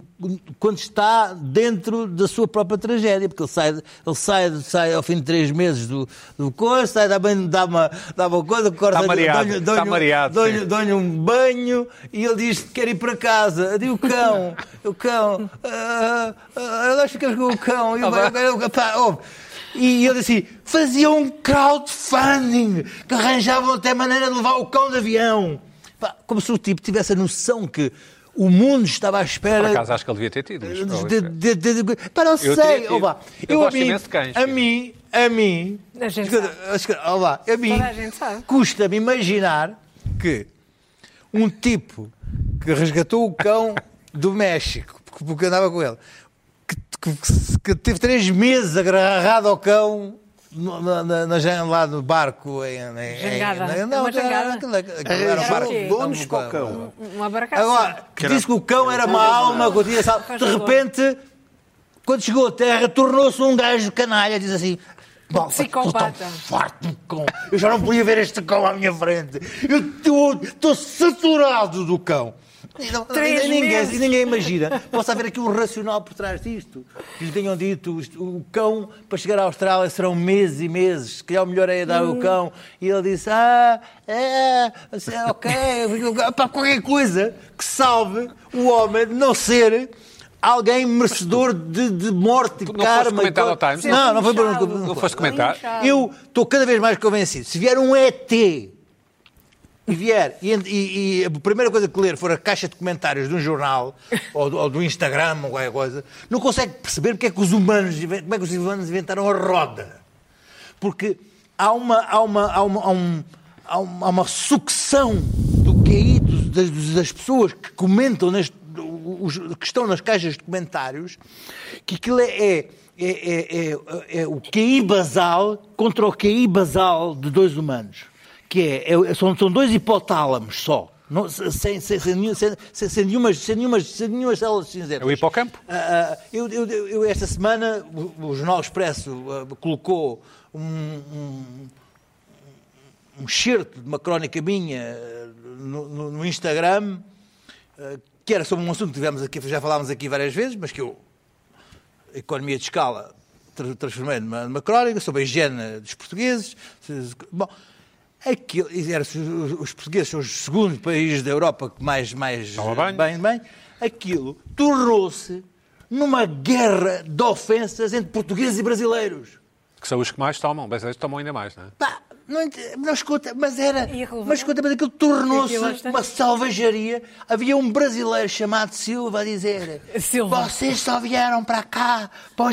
quando está dentro da sua própria tragédia, porque ele sai, ele sai, sai ao fim de três meses do, do curso, sai, dá, bem, dá, uma, dá uma coisa, corta Tá mareado, dou-lhe- está dou-lhe- mareado, dou-lhe- sim. dou-lhe um banho e ele diz que quer ir para casa. Eu digo, o cão, o cão, ah, ah, nós ficamos com o cão. Tá E, o banho- pá, ouve. E ele assim, fazia um crowdfunding, que arranjavam até maneira de levar o cão de avião. Pá, como se o tipo tivesse a noção que o mundo estava à Por espera acaso acho que ele devia ter tido. mas é- de, provavelmente- de, de, de- pá, não teria sei, tido. ó vá. Eu a gosto mim- imenso de cães, A filho. mim, a mim, A gente escuta, escuta, ó vá, a mim, Toda a gente sabe. custa-me imaginar que um tipo que resgatou o cão do México, porque- porque andava com ele, que, que- que teve três meses agarrado ao cão, no- na, na, na janela lá do barco. Em, em, Jangada. em- É não, uma aquilo era, jangada. aquilo era, aquilo era um Arranjou barco. donos Não, para o cão. Uma barcaça. Agora, que disse que o cão era uma alma, que tinha sal- de repente, quando chegou a terra, tornou-se um gajo canalha, diz assim. "Pá, Estou tão Psicopata. farto de cão. Eu já não podia ver este cão à minha frente. Eu estou- estou saturado do cão. E não- Três e ninguém, meses. e ninguém imagina. Posso haver aqui um racional por trás disto. Que lhe tenham dito, isto- o cão, para chegar à Austrália, serão meses e meses. Se calhar o melhor é dar o cão. E ele disse, ah, é, assim, ok. Pá, qualquer coisa que salve o homem de não ser... Alguém merecedor de, de morte, Tu não foste karma. e comentar co- ao Times? Não, não foi um- para Não Não foste comentar? eu estou cada vez mais convencido. Se vier um ET e vier e, e- e a primeira coisa que ler for a caixa de comentários de um jornal ou do, ou do Instagram ou qualquer coisa, não consegue perceber porque é que os humanos inven- como é que os humanos inventaram a roda. Porque há uma, há uma, há uma, há um- há uma, há uma sucção do QI dos- das, das pessoas que comentam neste- os- que estão nas caixas de comentários, que aquilo é, é- é- é- é o QI basal contra o QI basal de dois humanos. Que é, é- são, são dois hipotálamos só. não- sem, sem, sem, nenhum- sem, sem, sem nenhumas, sem, nenhumas, sem nenhumas células cinzentas. É o hipocampo? Ah, ah, eu, eu- eu- eu esta semana, o, o Jornal Expresso ah, colocou um, um, um excerto de uma crónica minha ah, no, no- no Instagram, ah, que era sobre um assunto que tivemos aqui, já falámos aqui várias vezes, mas que eu, economia de escala, tra- transformei numa, numa crónica sobre a higiene dos portugueses. Bom, aquilo, e era- os portugueses são o segundo país da Europa que mais, mais Toma banho. bem, bem, aquilo tornou-se numa guerra de ofensas entre portugueses e brasileiros. Que são os que mais tomam, mas eles tomam ainda mais, não é? Pá, não, ent- não escuta, mas era. Irrelevante. Mas escuta, mas aquilo tornou-se Aquilo bastante. uma salvajaria. Havia um brasileiro chamado Silva a dizer: Silva. Vocês só vieram para cá para o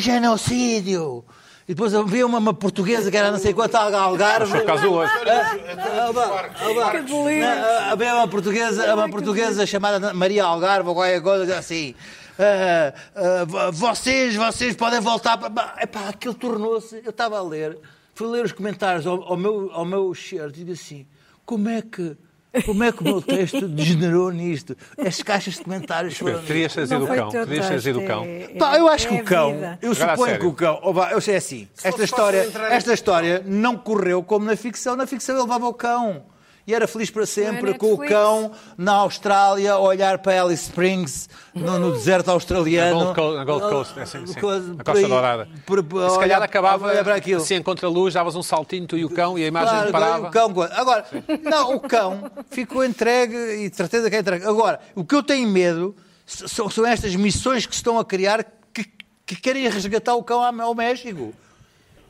genocídio. E depois havia uma, uma portuguesa que era não sei quanto Algarve. Foi o caso hoje. Ah, bah, ah, bah. Que delírio. Ah, Havia uma portuguesa, uma portuguesa chamada Maria Algarve ou qualquer coisa assim. Ah, ah, vo- vocês, vocês podem voltar para. Bah, Epá, aquilo tornou-se. Eu estava a ler, fui ler os comentários ao, ao meu, ao meu shirt e disse assim: como é que. Como é que o meu texto degenerou nisto? As caixas de comentários foram. Terias trazido Não o foi assim cão. teu Terias trazido o texto, cão. é- Pá, eu acho é que a o cão, vida. Agora, eu a suponho sério. que o cão, oh, vá, eu sei assim, esta fosse história, fácil entrar em- esta história não correu como na ficção, na ficção ele levava o cão. E era feliz para sempre com o é Netflix. cão na Austrália, a olhar para Alice Springs, no, no deserto Na australiano. Gold Coast, na Gold Coast, é assim, sim. Coisa- Na por aí, Costa Dourada. por- E Se calhar olhar- olhar para acabava, aquilo. se encontra a luz, davas um saltinho, tu e o cão, e a imagem Claro, parava. o cão. co- Agora, não, o cão ficou entregue e de certeza que é entregue. Agora, o que eu tenho medo s- são, são estas missões que se estão a criar que, que querem resgatar o cão ao ao México.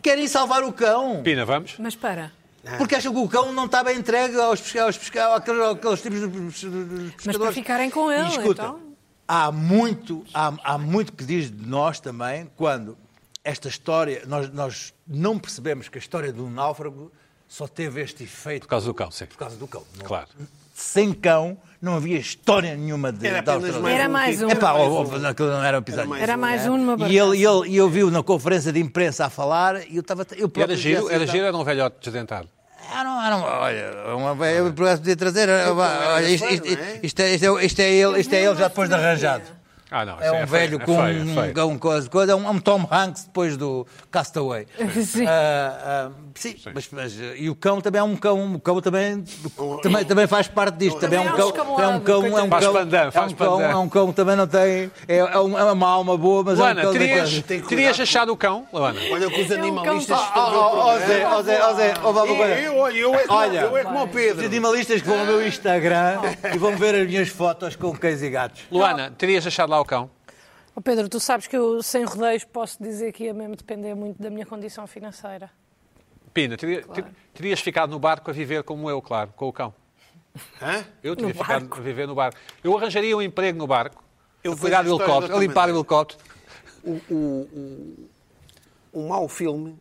Querem salvar o cão. Pina, vamos? Mas para. Porque acham que o cão não está bem entregue aos pesca- aos pesca- àqueles, àqueles tipos de pes- de pescadores. Mas para ficarem com E ele, escuta, então? Há muito, há, há muito que diz de nós também quando esta história, nós, nós não percebemos que a história do náufrago só teve este efeito Por causa do cão, sim. por causa do cão. Não- Claro. Sem cão não havia história nenhuma de, Era da apenas Austrália. mais Era mais um. É pá, aquilo não era um episódio. mais Era mais um numa E, ele, barcaça. e ele, e eu vi-o na conferência de imprensa a falar e eu estava. Eu E era próprio dizia giro, assim, era tá- giro, era um velhote desdentado. Ah, não, ah, não, olha, uma, eu podia trazer. Olha, isto, isto, não é? isto, é- isto é- isto é ele, isto é ele já depois de arranjado. Ah, não. É isso um feio, velho é com feio, é feio. um, um, coisa, coisa, é um, é um Tom Hanks depois do Castaway. Sim. Ah, ah, sim, Mas, mas, e o cão também é um cão, o cão também, também, também faz parte disto, também é um Também é cão, um também é um cão, é um Faz cão, pandan, é faz um cão, pandan. é um cão que também não tem, é, é um- é uma alma boa, mas é um Luana, cão terias, daqueles- Tem que terias cuidar. achado o cão, Luana? Então, Olha que os um animalistas cão- Ó, estão ó, ó, Zé, ó, Zé, ó, Zé, ó, vá, vou- Eu, olha, eu é como, eu é como o Os Pedro. animalistas que vão ao meu Instagram e vão ver as minhas fotos com cães e gatos. Luana, terias achado lá o cão? Ó Pedro, tu sabes que eu, sem rodeios, posso dizer que ia mesmo depender muito da minha condição financeira. Pina, teria- ter- terias ficado no barco a viver como eu, claro, com o cão. Hã? Eu teria ficado a viver no barco. Eu arranjaria um emprego no barco, Eu a cuidar do vejo a história helicóptero, de a outra limpar o maneira. helicóptero. O, o, o, o mau filme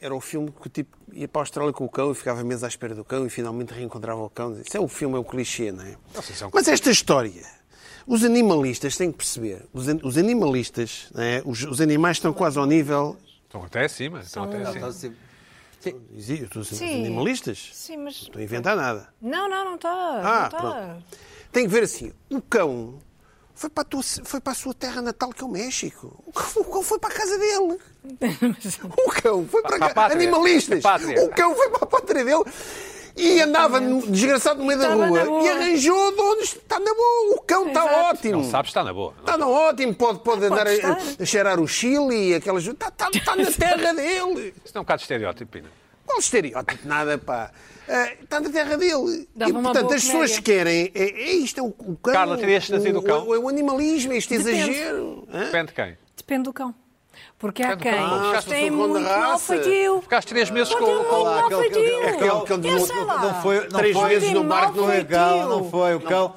era o filme que o tipo ia para a Austrália com o cão e ficava mesmo à espera do cão e finalmente reencontrava o cão. Isso é um filme, é um clichê, não é? isso é um Mas esta história, os animalistas têm que perceber, os, an- os animalistas, não é? os, os animais estão quase ao nível Então, Estão tá até acima. Estão até acima. Sim. Sim. Eu estou a dizer, Sim. animalistas? Sim, mas. Não estou a inventar nada. Não, não, não tá. está. Ah, pronto. Tem que ver assim, o cão foi para a, tua- foi para a sua terra natal que é o México. O cão, o cão foi para a casa dele. O cão foi para, Para a ca- pátria. animalistas. A pátria. O cão foi para a pátria dele. E andava no- desgraçado no meio da Estava na rua boa. e arranjou donos. Está na boa, o cão está Exato. ótimo. Não é? sabes, está na boa. Está no ótimo, pode, pode andar a- estar. a, cheirar o Chile e aquelas. Está tá, tá na terra dele. Isso não é um bocado de estereótipo, Pina. Qual Um estereótipo? Nada, pá. Ah, Está na terra dele. Dava e, uma portanto, boa as pessoas comédia. que querem. É, é isto, é o, o cão. Carla, terias o, nascido cão? o- é o animalismo, este exagero. Hã? Depende de quem. Depende do cão. Porque há Depende do cão. quem Ah, que se tem for muito da raça. malfadil. Ficaste três meses com, Porque com, eu não- lá, aquele- feitio. aquele- aquele- aquele- um Eu sei lá. Não foi, não Três foi, vezes no barco não foi o não cão, feitio. não foi o cão.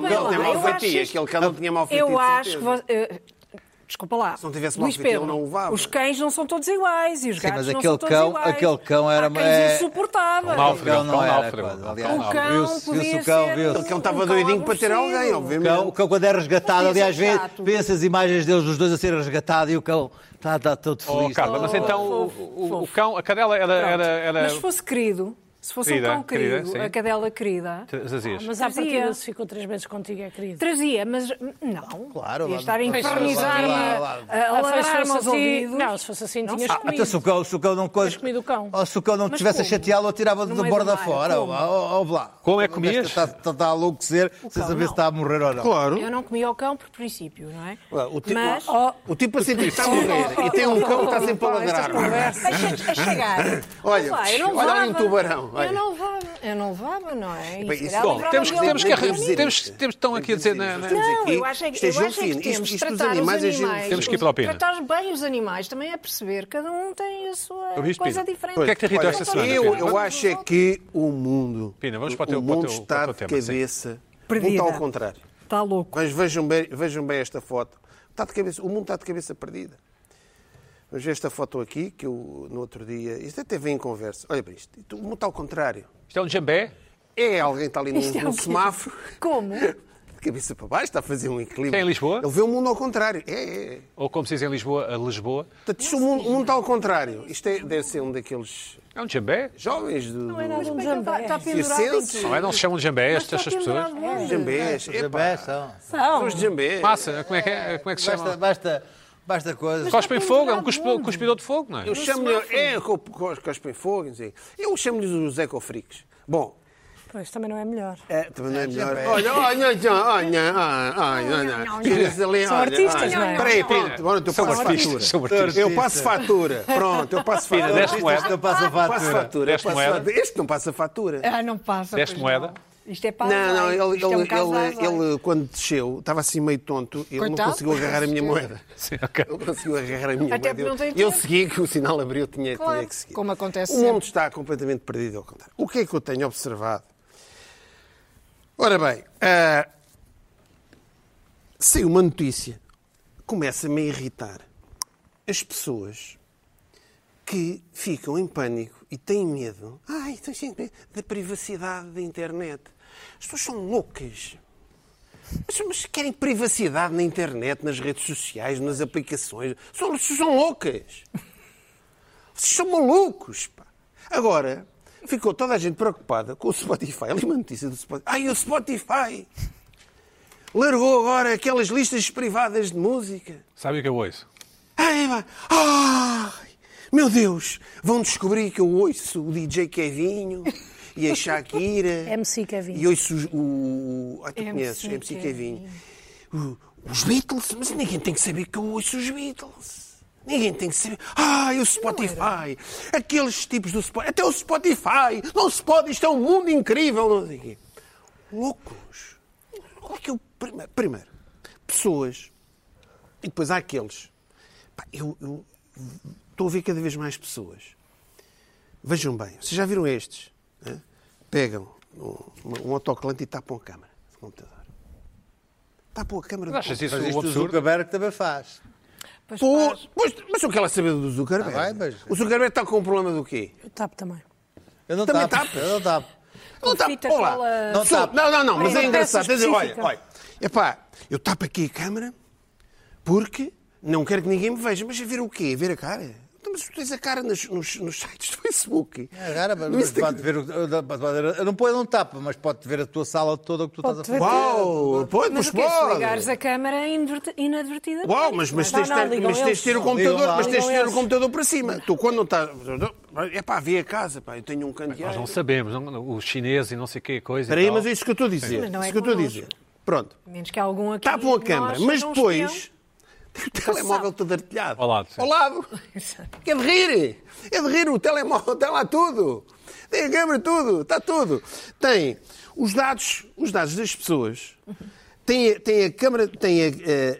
Não, não tem lá, mau eu feitio, acho isto- aquele cão não tinha mau feitio, de Eu acho que. certeza. vo- eh, Desculpa lá. Se não tivesse mau Luís feitio, ele Pedro, não levava. Os cães não são todos iguais e os gatos mas não aquele são todos cão- iguais. aquele cão era- Há cães é- insuportáveis. Mau feitio. cão não era Náufrago, coisa, o aliás. O cão Viu-se- podia viu-se o cão, ser viu-se. um- Ele que ele estava um cão doidinho para ter aborrecido. alguém, O obviamente. cão, o cão quando é resgatado, Podia ser aliás, vê, chato. vê essas imagens deles, os dois a serem resgatados, e o cão está está todo Oh, feliz. Carla, mas está- então o, o- o cão, a cadela era. Pronto. era, era... Mas se fosse querido, se fosse Querida, um cão querido, querida, sim. a cadela querida, Zazias. mas Mas à à Trazia. partida, partida, se ficou três meses contigo, é querido. trazia, mas hum, não. Claro, Ia lá- estar a Pois, lá- infernizar-me, lá- lá- a a ladrar-me aos ouvidos. Não, se fosse assim, tinhas Ah, Então, se o comido. cão, se o cão não coisa- Mas comi do cão. Ou se o cão não Mas tivesse a como? chateá-lo, eu tirava do No meio borda do mar, fora. como? Ó, ó, blá. Como é que O gajo comias? Está, está, está tá- a enlouquecer sem cão saber não. se está a morrer ou não. Claro. Eu não comi ao cão por princípio, não é? Claro, O tipo, Mas- o tipo a sentir que está a morrer e tem um cão que está sempre a ladrar. é? A, che- a chegar. Olha, Vá, eu não olha levava. ali um tubarão, olha. Eu não levava, eu não levava, não é? E Bem, se isso- calhar Bom, Temos, livrava-me dele temos que algum arran- caminho. temos, temos estão aqui a dizer né, na, na- Não, aqui, eu acho é que, isto é eu jogo acho é que fino, isto- temos que isto dos tratar animais os é giro. animais. Temos que ir para a Pina. Tratar bem os animais também é perceber. Cada um tem a sua Luís Pina, coisa diferente. o que é que te irritou Não esta podemos semana, Eu, Pina? julgar uns eu acho é aos que o mundo. Pina, vamos o- para o teu- O para o mundo teu- está para o de teu tema, sim. cabeça. Perdida. Muito ao contrário. Está louco. Mas vejam bem, vejam bem esta foto. Está de cabeça, o mundo está de cabeça perdida. Vamos ver esta foto aqui, que eu no outro dia. Isto até vem em conversa. Olha para isto. O mundo está ao contrário. Isto é um jambé? É alguém que está ali num, Isto é num o quê? semáforo. Como? De cabeça para baixo, está a fazer um equilíbrio. Tem É em Lisboa? Ele vê o mundo ao contrário. É, é. é. Ou como se diz em Lisboa, a Lisboa. Portanto, isto, o, mundo, o mundo está ao contrário. Isto é, deve ser um daqueles É um jambé? jovens do, do outros. Mas Como é que ele está- jambé. está pendurado circenses. Não é? Não se chamam de jambé estas, estas pessoas? Os jambés. Jambé, Epá, são. são os jambés. Massa, como é que, é, como é que se Basta, chama? basta, basta coisa. Cospem fogo, é um cuspo- cuspidor de fogo, não é? Eu chamo-lhe. É, co- co- cospem fogo, não sei. Eu chamo-lhes os ecofricos. Bom, Pois, também não é melhor. é, também não é melhor. bem. Olha, olha, olha, olha, olha, olha. Tira-se ali, São olha, artistas, olha. não é? Espera aí, pronto, agora eu São passo fatura. artistas, são artistas. Eu passo fatura, pronto, eu passo Pina, fatura. deste moeda. Não passa Passo fatura. fatura, eu Deste passo moeda. fatura. Este não passa fatura. Ah, não passa. Deste pois moeda? não. Isto é para Não, não, azar. ele, Isto é um ele, caso de ele, azar. ele, quando desceu, estava assim meio tonto, ele não Coitado, conseguiu agarrar a minha moeda. Sim, ok. Ele conseguiu agarrar a minha Até porque moeda. não tem eu tempo. segui que o sinal abriu, tinha, Claro, tinha que seguir. como acontece O mundo sempre. está completamente perdido ao contrário. O que é que eu tenho observado? Ora bem, ah, saiu uma notícia, começa-me a irritar. As pessoas que ficam em pânico e têm medo ai, estou sem medo da privacidade da internet. As pessoas são loucas. Mas, mas querem privacidade na internet, nas redes sociais, nas aplicações. São, são loucas. Vocês são malucos, pá. Agora, ficou toda a gente preocupada com o Spotify. Ali uma notícia do Spotify. Ai, o Spotify! Largou agora aquelas listas privadas de música. Sabe o que eu ouço? Ai, vai. Ai, meu Deus! Vão descobrir que eu ouço o DJ Kevinho e a Shakira. MC Kevinho. E ouço os- o. Ah, tu MC conheces, MC Kevinho. Kevinho. O- Os Beatles? Mas ninguém tem que saber que eu ouço os Beatles. Ninguém tem que saber. Ai, o Spotify! Aqueles tipos do Spotify. Até o Spotify! Não se pode, isto é um mundo incrível! Não sei o quê. Loucos! Como é que eu. prime- Primeiro, pessoas. E depois há aqueles. Pá, eu, eu estou a ver cada vez mais pessoas. Vejam bem, vocês já viram estes? hã? Pegam um, um autocolante e tapam a câmara do computador. Tapam a câmara do Mas achas computador. isso Mas um isto o absurdo? Zuckerberg também faz. Pois Pô, faz. pois, mas eu quero saber do Zuckerberg. Tá bem, mas- O Zuckerberg está com um problema do quê? Eu tapo também. Eu não Também tapo. tapas? Eu não tapo. Não tá, fita olá. cola- Não, Não tá- tá. não, não, não, mas Não, é não, engraçado. peça Quer dizer, olha, específica. olha. Epá, eu tapo aqui a câmara porque não quero que ninguém me veja. Mas a ver o quê? A ver a cara? Então, mas mas tu tens a cara nos, nos- nos sites do Facebook. É rara, mas No mas Instagram. pode ver. o- pode- pode- Eu não põe um tapa, mas pode ver a tua sala toda o que tu estás a Pode fazer. ver. Uau, pode, Mas mas o quê? Se pode. ligares a câmara é inadverti- inadvertidamente. Uau, mas, mas Não, tens de não, ter, ligam mas tens de ter o eles. computador, Ligam mas tens de ter eles. o computador para cima. Tu quando não estás. É pá, vi a casa, pá, eu tenho um Nós candeeiro. não sabemos, não- não- os chineses e não sei o que coisa. e Espera aí, tal. mas é isso que eu estou a dizer. Mas não é isso que eu estou a connosco. dizer. Pronto, Menos que algum aqui. tapam a de câmara, nós mas seja um depois espião. tem o telemóvel todo artilhado. Ao lado, sim. Ao lado. É de rir. É de rir. O telemóvel está lá tudo. Tem a câmera tudo. Está tudo. Tem os dados, os dados das pessoas. Tem, a- tem a câmara tem a,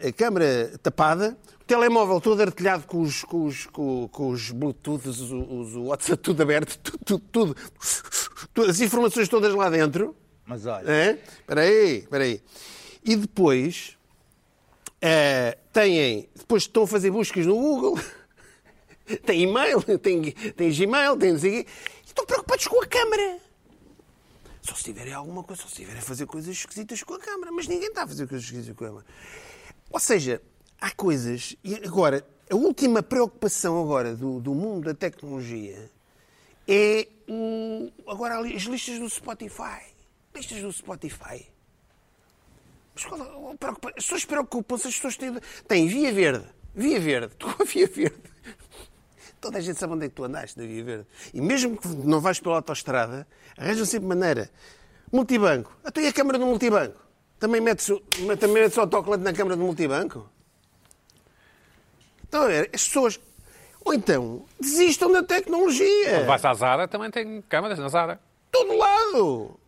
a- a câmara tapada. O telemóvel todo artilhado com os, com os, com, com os bluetooths, os, os WhatsApp tudo aberto. Tudo, tudo, tudo. As informações todas lá dentro. Mas olha, É? Espera aí, espera aí. E depois eh, têm, depois estão a fazer buscas no Google, tem e-mail, tem, tem Gmail, tem não sei o quê, e estão preocupados com a câmara. Só se tiverem alguma coisa, só se tiverem a fazer coisas esquisitas com a câmara, mas ninguém está a fazer coisas esquisitas com a câmara. Ou seja, há coisas, e agora, a última preocupação agora do, do mundo da tecnologia é o, agora ali, as listas do Spotify. Listas do Spotify. Mas qual é a preocupa- as pessoas preocupam-se, as pessoas têm. Têm Via Verde, Via Verde, tu a Via Verde. Toda a gente sabe onde é que tu andaste na Via Verde. E mesmo que não vais pela autoestrada, arranjam sempre maneira. Multibanco. Ah, tu e a câmara do multibanco? Também metes, o- também metes o autocolante na câmara do multibanco? Estão a ver? As pessoas. Ou então, desistam da tecnologia Vais à Zara, também tem câmaras na Zara. todo lado.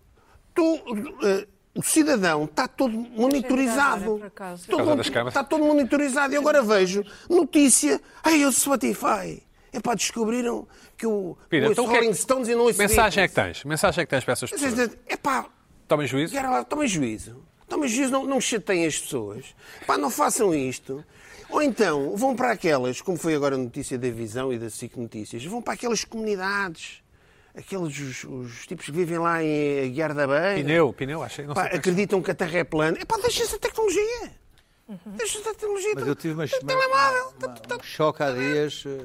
Tu, eh, o cidadão está todo Agora, monitorizado. por acaso. Por causa das Todo, câmaras. está todo monitorizado. E agora vejo notícia. Ai, eu Spotify. É pá, descobriram que eu Pina, ouço então o que é que- Rolling Stones e não ouço Mensagem é que tens? Mensagem é que tens para essas pessoas? É pá, Tomem juízo? quero lá, tomem juízo. Tomem juízo, não, não chateiem as pessoas. Pá, não façam isto. Ou então vão para aquelas, como foi agora a notícia da Visão e da SIC Notícias, vão para aquelas comunidades, aqueles os, os tipos que vivem lá em Guiar da Beira. Pneu, pneu, achei. Não Pá, sei o que é. acreditam que a Terra é plana. É pá, deixa-se a tecnologia. Deixa-se a tecnologia. mas eu tive uma, Tem uma- Então, telemóvel. Tá, então, uma- um choque há dias. eh,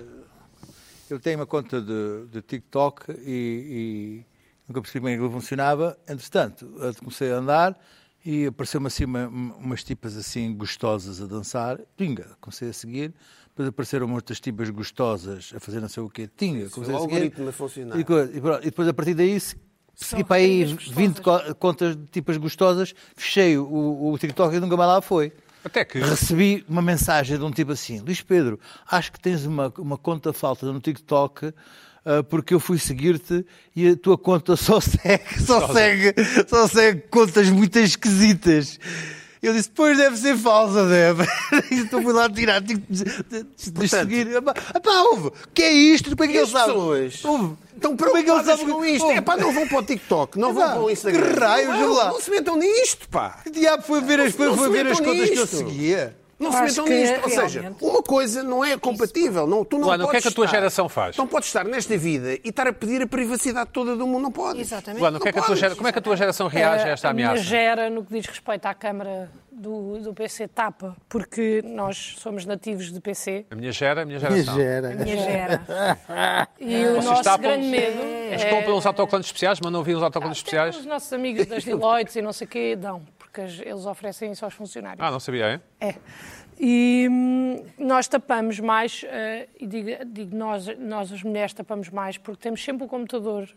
Eu tenho uma conta de, de TikTok e, e nunca percebi bem como é funcionava. Entretanto, eu comecei a andar e apareceu-me assim uma- umas tipas assim gostosas a dançar. Tinga, comecei a seguir. Depois apareceram outras tipas gostosas a fazer não sei o quê. Tinga, comecei o a seguir. algoritmo a funcionar. E, coisa- e pronto, e depois a partir daí se- segui para aí 20 co- contas de tipas gostosas, fechei o, o TikTok e nunca mais lá foi Até que. recebi uma mensagem de um tipo assim: Luís Pedro, acho que tens uma, uma conta falta no TikTok. ah, porque eu fui seguir-te e a tua conta só segue, só segue, só segue contas muito esquisitas. Eu disse, pois deve ser falsa, deve. Então fui lá tirar, tive que des- des- desseguir. Ah pá, ouve, que é isto? Como é que E ele as sabe? pessoas Ouve, Estão como é que ele preocupadas sabe- com isto. ouve, É pá, não vão para o TikTok, não vão Epá, para o Instagram. que raios, não, olha lá. não se metam nisto, pá. Que diabo foi ver as, Não se foi ver as metam contas que eu nisto. seguia? Não Eu se acho metam que nisto. Ou seja, realmente- uma coisa não é compatível. Não, tu não Luana, o que podes é que a tua estar- Então, geração faz? Não podes estar nesta vida e estar a pedir a privacidade toda do mundo. Não podes. Exatamente. Luana, o que é que a tua Não gera- como é que a tua geração reage a esta Eh, É, A minha ameaça? gera no que diz respeito à Câmara do, do PC tapa, porque nós somos nativos de PC A minha gera, a minha geração. Minha gera. e o É. Vocês nosso tapam-nos? grande medo Mas é- compram uns autocolantes especiais, mandam vir uns Ah, autocolantes Os especiais. nossos amigos das Deloitte e não sei o quê dão, porque as- eles oferecem isso aos funcionários. Ah, não sabia, hein? É. E hum, nós tapamos mais, eh, e digo, digo nós, nós as mulheres tapamos mais, porque temos sempre o computador.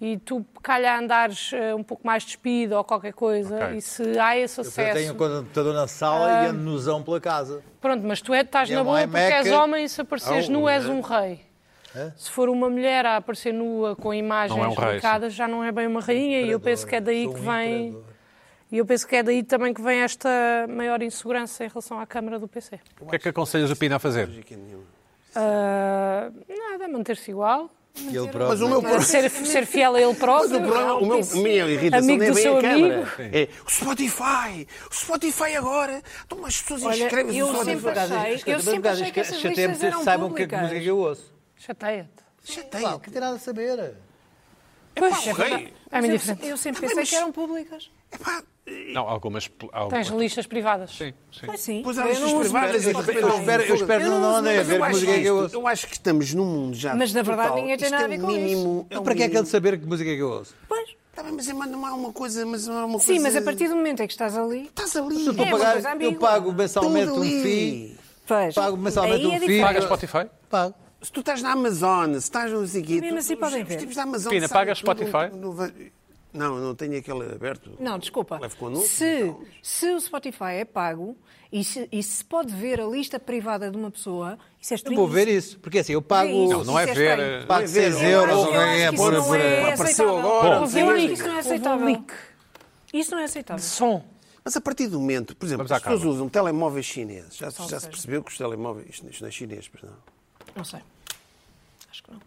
E tu, calhar, andares eh, um pouco mais despido ou qualquer coisa, Ok. e se há esse Eu acesso. tenho um computador na sala Ah. e ando nozão pela casa. Pronto, mas tu é, estás Eu na não boa é porque Mac. Ah, és homem e se apareceres nu és um rei. É? Se for uma mulher a aparecer nua com imagens Não é um rei, marcadas, já não é bem uma rainha e eu penso que é daí um que vem. E eu penso que é daí também que vem esta maior insegurança em relação à Câmara do PC. O que é que aconselhas o Pina a fazer? Ah, nada, manter-se igual, E ele próprio. Mas o meu problema. ser, ser fiel a ele Mas o próprio. problema, o meu, a minha irritação Amigo nem é do bem seu a câmara. amigo. É o Spotify. O Spotify agora. Então, mas as pessoas inscrevem-se no eu Spotify. sempre é achei- eu sempre achei que essas listas eram saibam que é que públicas. música que eu ouço. Chateia-te. Chateia. que tem nada a saber. Pois, o rei. é muito diferente. Eu sempre Tá bem, pensei mas- que eram públicas. Epá, Não, algumas. algumas Tens listas privadas. sim, sim. Pois sim. Pois há Eu listas não uso privadas e muitas. depois- Eu espero, eu espero não, não andem a mas ver eu, que acho música é que eu isto- ouço. eu acho que estamos num mundo já. Mas, na verdade, total. ninguém tem Isto nada a é ver com mínimo, é Então, um para que é que ele mínimo. saber que música é que eu ouço? Pois. Tá bem, mas é uma, não há uma coisa, mas não há uma coisa. Sim, mas a partir do momento em que estás ali. Estás ali. Se eu for É uma coisa pagar, eu ambígua. pago mensalmente Tudo um ali. fee. Pois. Pago mensalmente Aí é um fee. diferente. Paga Spotify? Pago. Se tu estás na Amazon, se estás no Ziggy, Mesmo assim podem ver. da Amazon. Pina, sabem pagas tudo, Spotify? tudo, tudo. Não, não tenho aquele aberto. Não, desculpa. Levo connosco, se, então. se o Spotify é pago e se, e se pode ver a lista privada de uma pessoa, isso é Eu vou ver isso, porque assim, eu pago, Sim, Não, isso. não é Isso é ver. estranho. eh, pago 6 Eu euros. acho ou que é, isso por- não por- é Apareceu aceitável. agora. Houve um Houve um leak. Isso não é leak. Houve um aceitável. leak. Isso não é aceitável. Som. Mas a partir do momento, por exemplo, Vamos à as pessoas calma. usam telemóveis chineses. Já, se- já se seja. percebeu que os telemóveis. Isto, isto não é chinês, pois não. Não sei. Acho que não.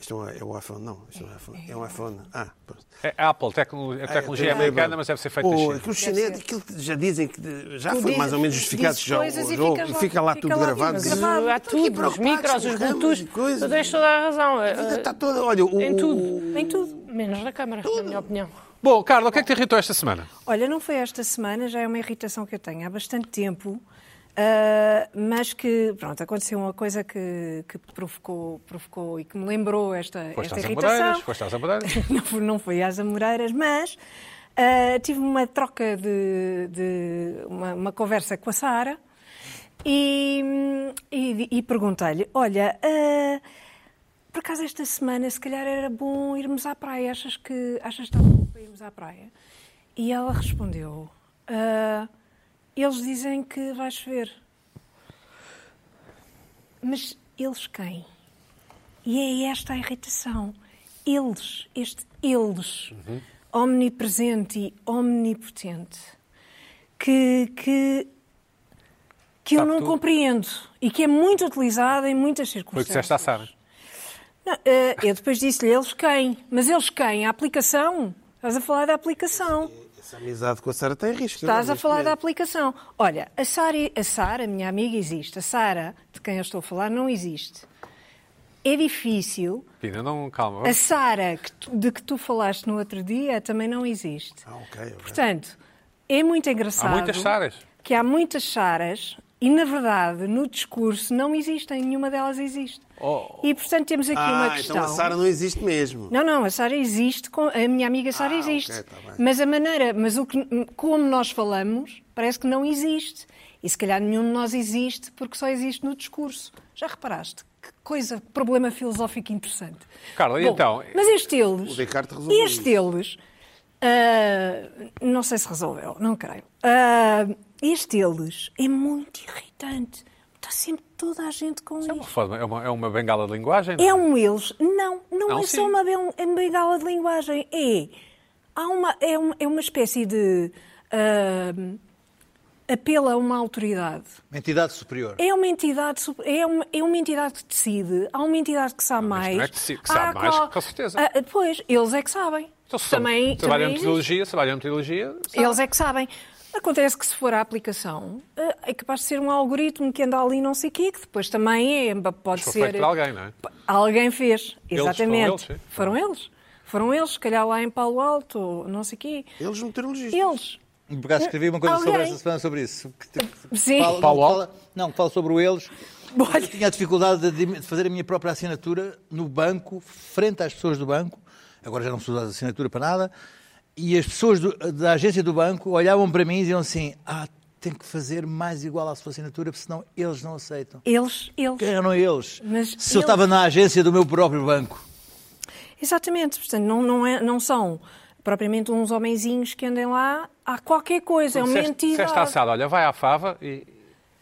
Isto não é, é o iPhone, não. Isto não é iPhone. É um iPhone. Ah, pronto. É Apple, tecno- a tecnologia é Ah, eu tenho americana, bem. mas deve ser feita na Pô, China. aquilo chinês, aquilo já dizem que de- já Tu foi dizes- mais ou menos justificado dizes já o coisas e jogo ficas e lá- fica lá fica tudo lá tudo gravado. Mas Gravado. Há tudo, os micros, os bluetooths. Tu tens toda a razão. A vida tá eh, está toda. Olha, o, Em o- tudo. Em tudo. Menos na Câmara, na minha opinião. Bom, Carla, o que é que te irritou esta semana? Olha, não foi esta semana, já é uma irritação que eu tenho há bastante tempo, ah, mas que, pronto, aconteceu uma coisa que, que provocou, provocou e que me lembrou esta, Foste esta às irritação. Amoreiras, foste às Amoreiras. não, fui- não fui às Amoreiras, mas ah, tive uma troca de, de- uma, uma conversa com a Sara e, e- e perguntei-lhe: Olha, ah, por acaso esta semana se calhar era bom irmos à praia, achas que achas que está bom para irmos à praia? E ela respondeu: "Ah, Eles dizem que vais ver. Mas eles quem? E é esta a irritação. Eles, este eles, Uhum. omnipresente e omnipotente, que, que, que eu Sabe não tudo. compreendo e que é muito utilizado em muitas Foi o que circunstâncias. disseste à Sara. Não, eh, eu depois disse-lhe, eles quem? Mas eles quem? A aplicação? Estás a falar da aplicação. Essa amizade com a Sara tem risco. Estás não é? a falar da aplicação. Olha, a Sara, a Sara, minha amiga, existe. A Sara, de quem eu estou a falar, não existe. É difícil. Pina, não, calma. A Sara que tu- de que tu falaste no outro dia também não existe. Ah, ok, ok. Portanto, é muito engraçado muitas Saras. que há muitas Saras e, na verdade, no discurso não existem, nenhuma delas existe. Oh. E, portanto, temos aqui Ah, uma então questão. a Sara não existe mesmo. Não, não, a Sara existe, com- a minha amiga Sara Ah, ok, existe. tá bem. mas a maneira, mas o que, como nós falamos, parece que não existe. E se calhar nenhum de nós existe porque só existe no discurso. Já reparaste? Que coisa, problema filosófico interessante. Carla, e Bom, então? Mas este eles. O Descartes resolveu Este eles. ah, não sei se resolveu, não creio. Ah, este eles é muito irritante. Está sempre toda a gente com É isto. uma, forma- é uma- é uma bengala de linguagem? não É um eles. Não, não, Não, é sim. só uma ben- uma bengala de linguagem. É. Há uma, é, uma, é uma espécie de ahm, apelo a uma autoridade. Uma entidade superior. É uma entidade, sup- é uma, é uma entidade que decide, há uma entidade que sabe mas mais. não é que decide, que sabe há mais, qual- com certeza. Ah, pois, eles é que sabem. Então, se também, trabalham em também existe. metodologia, trabalham em metodologia. sabe? Eles é que sabem. Acontece que se for a aplicação, eh, é capaz de ser um algoritmo que anda ali não sei o quê, que depois também é, pode Mas foi ser... feito por alguém, não é? P- Alguém fez, Eles exatamente. foram Foram eles. Foram eles, se calhar lá em Palo Alto, ou não sei o quê. Eles meteorologistas. Eles. Por acaso Um escrevi uma coisa sobre Alguém. essa semana sobre isso. Que- que- Sim. fala- Paulo não, Alves? fala, não, que fala sobre o eles. Olha. Eu tinha a dificuldade de dim- de fazer a minha própria assinatura no banco, frente às pessoas do banco. Agora já não preciso de assinatura para nada. E as pessoas do- da agência do banco olhavam para mim e diziam assim: Ah, tenho que fazer mais igual à sua assinatura, porque senão eles não aceitam. Eles, eles. Quem eram eles? Mas Se eu eles- estava na agência do meu próprio banco. Exatamente. Portanto, não, não, é- não são propriamente uns homenzinhos que andem lá. Há qualquer coisa, é uma Disseste- entidade. Disseste à Sara, olha, vai à fava e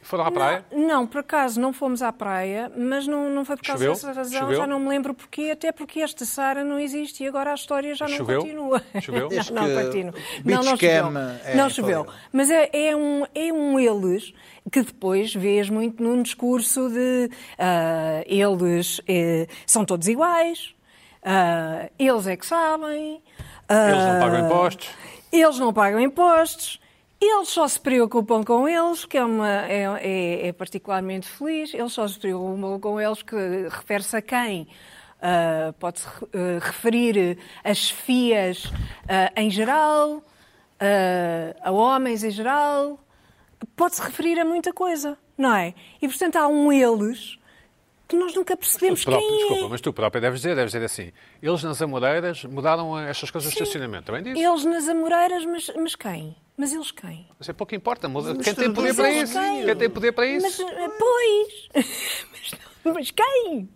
e foram à praia. Não, não, por acaso não fomos à praia, mas não, não foi por causa Choveu? dessa razão, Choveu? já não me lembro porquê, até porque esta Sara não existe e agora a história já não Choveu? continua. Choveu? Desde Não, que não continua. o Não, não beach cam choveu. é não choveu. infalível. Mas é, é um, é um eles que depois vês muito num discurso de ah, eles eh, são todos iguais, ah, eles é que sabem. ah, Eles não pagam impostos. eles não pagam impostos, eles só se preocupam com eles, que é, uma- é- é- é particularmente feliz, eles só se preocupam com eles, que refere-se a quem? ah, pode-se eh, referir a chefias ah, em geral, ah, a homens em geral, pode-se referir a muita coisa, não é? E, portanto, há um eles que nós nunca percebemos Tu próprio, quem é. desculpa, mas tu próprio deves dizer, deves dizer assim. Eles nas Amoreiras mudaram eh, estas coisas de estacionamento, também diz? Eles nas Amoreiras, mas, mas quem? Mas eles quem? Mas é pouco importa, muda- Mas quem tem tudo poder isso para eles isso? têm. Quem tem poder para Mas, isso? eh, pois! mas, não- mas quem?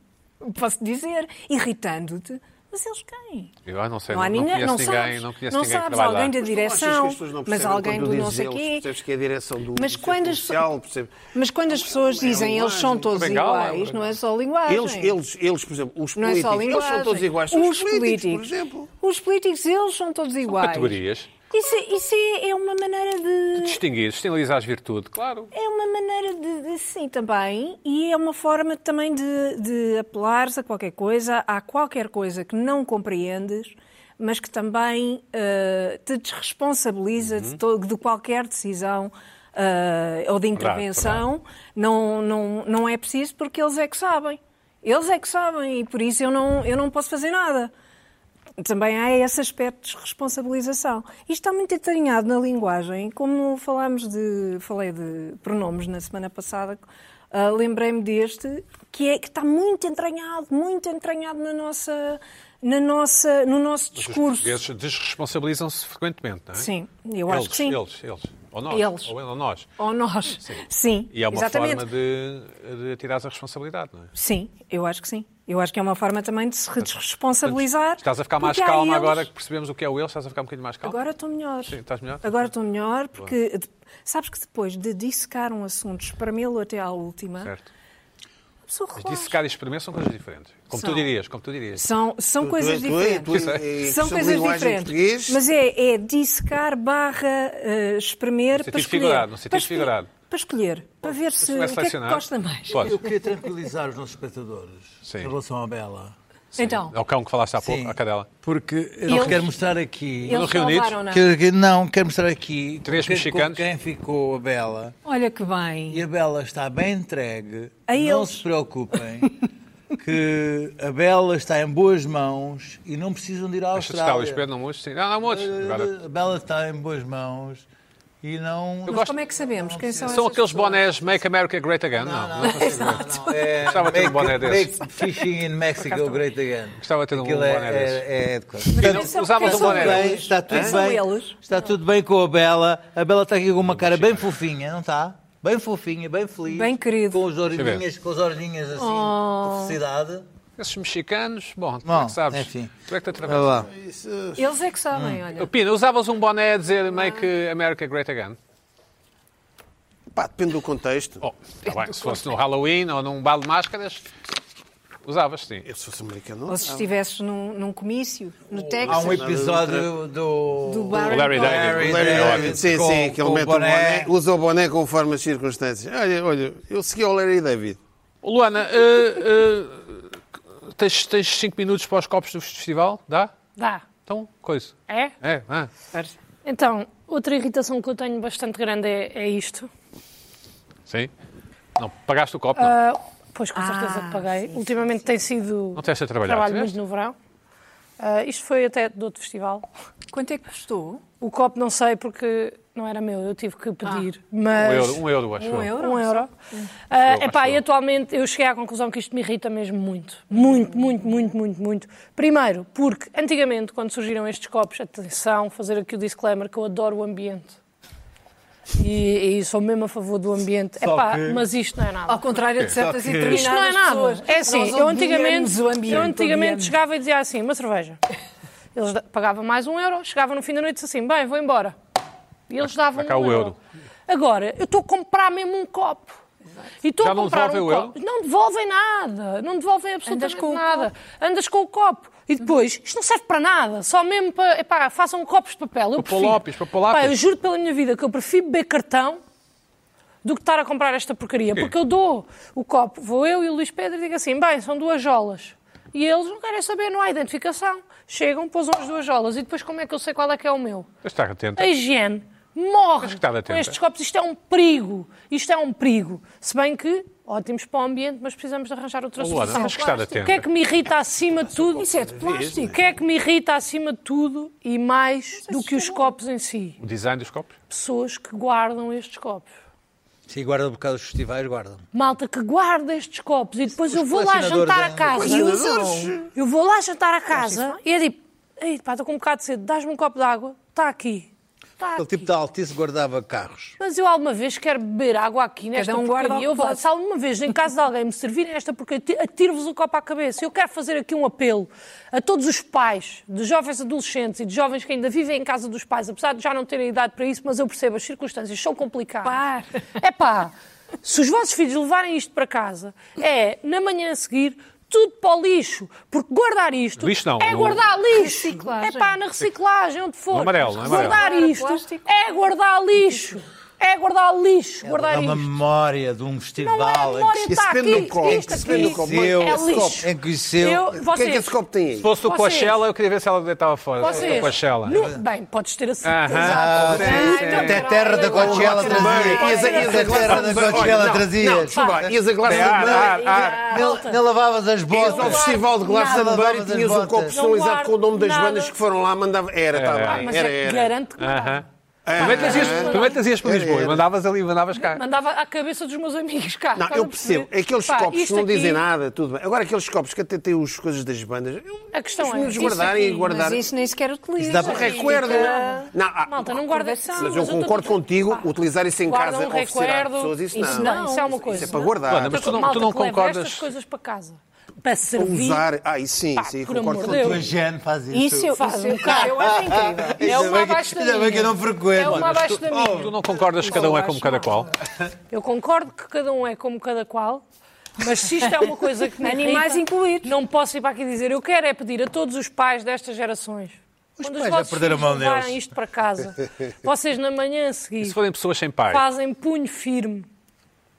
Posso dizer, irritando-te, mas eles quem? Eu ah, não sei, Não há não, ninguém, conheço não ninguém, sabes, não conheço não ninguém que sabes trabalhe alguém lá. da Tu direção, achas que as pessoas não mas percebem alguém quando do eu não dizes sei eles, quê. Percebes que é a direção do Mas do quando, as, centro comercial, percebes? mas quando as pessoas dizem eles são é linguagem. todos Bengala, iguais, é não é só linguagem. Eles, eles, eles, por exemplo, os não é políticos, só eles linguagem. são todos iguais. São Os por políticos, exemplo. os políticos, eles são todos iguais. Categorias. Isso, é- isso é, é uma maneira de. Distinguir, sinalizar as virtudes, claro. É uma maneira de, de- sim também, e é uma forma também de, de apelares a qualquer coisa, a qualquer coisa que não compreendes, mas que também eh, te desresponsabiliza de, todo- de qualquer decisão eh, ou de intervenção. Não, não, não é preciso porque eles é que sabem. Eles é que sabem e por isso eu não, eu não posso fazer nada. Também há esse aspecto de responsabilização. Isto está muito entarinhado na linguagem. Como falámos de, falei de pronomes na semana passada, ah, lembrei-me deste, que, é, que está muito entranhado, muito entranhado na nossa, na nossa, no nosso Os discurso. portugueses desresponsabilizam-se frequentemente, não é? Sim, eu eles, acho que sim. Eles, eles. Ou nós. Eles. Ou, ou nós. Ou nós. Sim, E é uma exatamente. forma de, de tirar a responsabilidade, não é? Sim, eu acho que sim. Eu acho que é uma forma também de se desresponsabilizar. Estás a ficar mais porque há calma eles- agora que percebemos o que é o eles, estás a ficar um bocadinho mais calma? Agora estou melhor. Sim, estás melhor? Agora estou melhor porque de- sabes que depois de dissecar um assunto, espremê-lo até à última, Certo. a pessoa Mas relaxa. dissecar e exprimir são coisas diferentes. Como tu São. dirias, como tu dirias. São, são coisas Tu- tu- diferentes. tu- tu- em São questão de coisas linguagem diferentes. português, Mas é, é dissecar barra eh, espremer No sentido para escolher. figurado, no sentido para escolher, figurado. Para escolher, para ver vai se, o que é que selecionar, gosta mais. Pode. Eu queria tranquilizar os nossos espectadores Sim. em relação à Bela. Então, É o cão que falaste há pouco, Sim. a cadela. Porque eu Eles- quero mostrar aqui. eles é? reunidos, salvaram-na. Quero- quero- não, quero mostrar aqui Três com quem- mexicanos. com quem ficou a Bela. Olha que bem. E a Bela está bem entregue. A não eles. se preocupem. Que a Bela está em boas mãos e não precisam de ir à Deixa-te estar, Luís Austrália. Eh, Pedro, não mudes. Sim. Não, não mudes. Agora, A Bela está em boas mãos e não. Eu Mas gosto- como é que sabemos quem são são essas aqueles pessoas? bonés Make America Great Again? Não, não, consigo ver. Não, é, Gostava de ter um boné make- desse. make Fishing in Mexico, great again. Gostava de ter um Aquilo boné é, desse. é, é adequado. E Quem são- não- Usavas quem um são boné. eles? Bem, está tudo Quem são bem. eles? Está tudo bem com a Bela. A Bela está aqui com uma cara bem fofinha, não está? Bem fofinha, bem feliz. Bem querido. Com os eu ver. orelhinhas, com as orelhinhas assim, de felicidade. Esses mexicanos, bom, tu é Bom, que sabes. enfim. Tu é que te Olha atravessas. lá. Hum. Eles é que sabem, olha. Pina, usavas um boné a dizer Make America Great Again? Pá, depende do contexto. Oh, tá bem. Se fosse no Halloween ou num baile de máscaras, usavas, sim. Eu se fosse americano. Ou se estivesses num, num comício, no Há um Texas, episódio do. do Barry, Larry Gold. Larry David. Larry David David, sim, com- sim, que ele com mete o boné. boné, usa o boné conforme as circunstâncias. Olha, olha, eu segui ao Larry David. Luana, eh, eh, tens, tens cinco minutos para os copos do festival? Dá? Dá. Então, coisa. É? É, ah. Então, outra irritação que eu tenho bastante grande é, é isto. Sim. Não, pagaste o copo, não. Ah, pois, com certeza que paguei. Ultimamente tem sido Não tiveste a trabalhar, trabalho tiveste? muito no verão. Ah, isto foi até de outro festival. Quanto é que custou? O copo não sei porque não era meu, eu tive que pedir. Um Mas... euro, um euro, acho eu. Um euro? Ah. Um euro. Ah, Eu epá, acho e eu. atualmente eu cheguei à conclusão que isto me irrita mesmo muito. Muito, muito, muito, muito, muito. Primeiro, porque antigamente, quando surgiram estes copos, atenção, fazer aqui o disclaimer que eu adoro o ambiente. E, e sou mesmo a favor do ambiente. Epá, que- mas isto não é nada. Ao contrário de certas e determinadas Isto não é nada. pessoas. É assim, Nós eu odiamos antigamente, o ambiente, eu antigamente odiamos. chegava e dizia assim, uma cerveja. Eles da- pagavam mais um euro, chegavam no fim da noite e disse assim, bem, vou embora. E eles davam cá um o euro. euro. Agora, eu estou a comprar mesmo um copo. E estou Já a não comprar um devolvem o copo. Não devolvem nada. Não devolvem absolutamente Andas com o nada. Andas com o copo. E depois, isto não serve para nada. Só mesmo para, epá, façam copos de papel. Para pôr Eu prefiro. lápis, para pôr lápis. Pá, eu juro pela minha vida que eu prefiro beber cartão do que estar a comprar esta porcaria. Porquê? Porque eu dou o copo, vou eu e o Luís Pedro e digo assim: bem, são duas jolas. E eles não querem saber, não há identificação. Chegam, pousam as duas jolas e depois como é que eu sei qual é que é o meu? Tens de estar atento. A higiene morre que estar com atenta. estes copos. Isto é um perigo. Isto é um perigo. Se bem que ótimos para o ambiente, mas precisamos de arranjar outra Oh, Luana, solução. tens que estar atenta. O que é que me irrita acima de tudo? Isso é de O plástico. é que é que me irrita acima de tudo e mais do que os copos em si? O design dos copos? Pessoas que guardam estes copos. Sim, guardam um bocado os festivais, guardam. Malta que guarda estes copos e depois Os eu vou lá colecionadores jantar a da- casa. colecionadores. Eu vou lá jantar a casa e é tipo, ei pá, estou com um bocado de sede, dás-me um copo de água, está aqui. Está Aquele aqui. tipo de altice guardava carros. Mas eu alguma vez quero beber água aqui nesta Cada um guarda porcaria. o que Eu vou, pode. se alguma vez em casa de alguém me servirem esta porcaria, ti- atiro-vos o copo à cabeça. Eu quero fazer aqui um apelo a todos os pais de jovens adolescentes e de jovens que ainda vivem em casa dos pais, apesar de já não terem idade para isso, mas eu percebo, as circunstâncias são complicadas. Pá. É pá, se os vossos filhos levarem isto para casa, é na manhã a seguir tudo para o lixo, porque guardar isto Lixo não, é no- guardar lixo. Reciclagem. É pá, na reciclagem, onde for. No amarelo, no amarelo. Guardar Guardar isto plástico. é guardar lixo. É guardar lixo, guardar Há uma isto. memória de um Não é a festival. memória, Esse está depende aqui. do copo, Isto esse depende aqui do copo. Seu- é esse lixo. copo, em que seu- Eu- O que é que vocês- esse copo tem aí? Se fosse o Vocês- Coachella, eu queria ver se ela estava fora. Vocês, O Coachella. nu- bem, podes ter a certeza. Aham. Exato. Ah, Então, sim. Até a terra da Coachella Glass of Murray. trazia. Ias a- ias a Até a Glass terra of da Murray. Coachella Olha, Não, trazias. desculpa lá, ias a Glass Tem of ar, Murray. ar, ar. Malta, Não lavavas as Ias ao botas. festival de Glass Nada. and Murray, Lavavas as tinhas um botas. copo guardo personalizado com o nome das nada. bandas que foram lá mandava. Era, Era. está mas bem. é Era, que era. garanto que mandava. Primeiro trazias- Primeiro trazias para Lisboa e mandavas ali, mandavas cá. mandava à cabeça dos meus amigos cá. Não, estás eu a perceber? percebo. Aqueles Pá, copos isto não aqui- dizem nada, tudo bem. Agora, aqueles copos que até têm os coisas das bandas. eu- A questão os é, miúdos isso guardarem aqui, e guardar. Mas isto nem sequer utiliza. é dá para- Recuerdo. Não, ah, Malta, não guarda Mas isso. eu Mas eu tô- concordo contigo, utilizar isso em Guarda casa, um oferecer às recuerdo. pessoas, isso Isso não. não, isso é uma coisa. Isso é para guardar. Olha, mas tu não, Malta tu não que leva concordas. estas coisas para casa. Para Para servir. usar. Ah, isso sim, Pá, sim, por concordo amor de contigo. Deus. A Jane faz isso. Isso eu, Faz isso um cara, eu acho incrível. É uma Ainda bem que- abaixo da ainda bem que eu não frequento. É uma abaixo da minha. Tu não concordas que cada um é como cada qual? Eu concordo que cada um é como cada qual, mas se isto é uma coisa que me Animais irrita, incluídos. não posso ir para aqui dizer. Eu quero é pedir a todos os pais destas gerações. Os quando pais os já vossos perderam a mão filhos levarem deles. isto para casa, vocês na manhã a Se seguir forem pessoas sem pai, fazem punho firme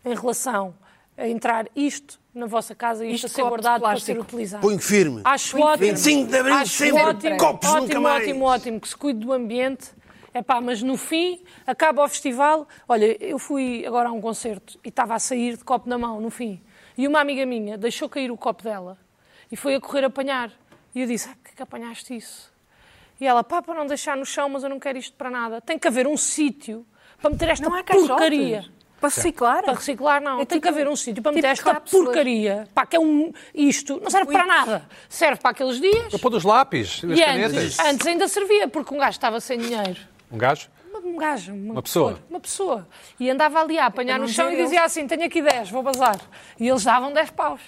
em relação a entrar isto na vossa casa e Isto isto, a ser copo de guardado para ser plástico. utilizado. Punho firme. Acho ótimo. 25 de abril, Acho sempre ótimo, copos, ótimo, nunca mais. Ótimo, ótimo, que se cuide do ambiente. É pá, mas no fim, acaba o festival. Olha, eu fui agora a um concerto e estava a sair de copo na mão, no fim. E uma amiga minha deixou cair o copo dela e foi a correr apanhar. E eu disse: ah, porquê que apanhaste isso? E ela, pá, para não deixar no chão, mas eu não quero isto para nada. Tem que haver um sítio para meter esta não há caixotes. porcaria. Para reciclar? Para reciclar, É não. Tem que tipo- haver um sítio para meter tipo esta cápsulas. porcaria. Pá, que é um. Isto não serve para nada. Serve para aqueles dias. para pôr os lápis, as E antes, canetas. antes ainda servia, porque um gajo estava sem dinheiro. Um gajo? Uma- Um gajo, uma, Uma pessoa. Uma pessoa. E andava ali a apanhar Para no não chão e dizer dizia assim: tenho aqui 10, vou bazar. E eles davam 10 paus.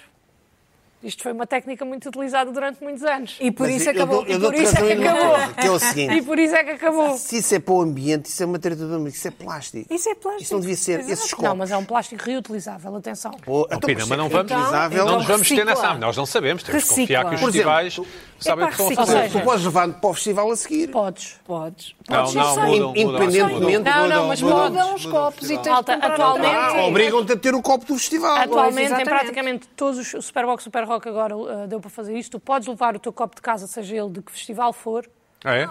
Isto foi uma técnica muito utilizada durante muitos anos. E por Mas isso eu acabou. dou- eu e dou por isso é que razão em uma acabou. coisa, Que é o E seguinte. por isso é que acabou. Se isso é para o ambiente, isso é uma treta do ambiente, isso é plástico. Isso é plástico. Isso não devia ser. Exato. Esses copos. Não, mas é um plástico reutilizável, atenção. Ou- então, Opina, mas não vamos, Então, reutilizável. não nos vamos ter reciclar. nessa. Nós não sabemos, temos que Reciclar. confiar que os Por exemplo, festivais sabem o que estão a reciclar. fazer. Ou seja, Tu podes levar para o festival a seguir. Podes. Podes. Não, não, Vocês mudam, sabem, mudam, mudam. independentemente- Não, não, mas pode. Mudam os copos e tens de Malta, comprar um atualmente- outra Ah, vez. obrigam-te a ter o copo do festival. Pois, Atualmente, em exatamente. praticamente todos os o Superbox, Superrock agora uh, deu para fazer isto. Tu podes levar o teu copo de casa, seja ele de que festival for, Ah, é?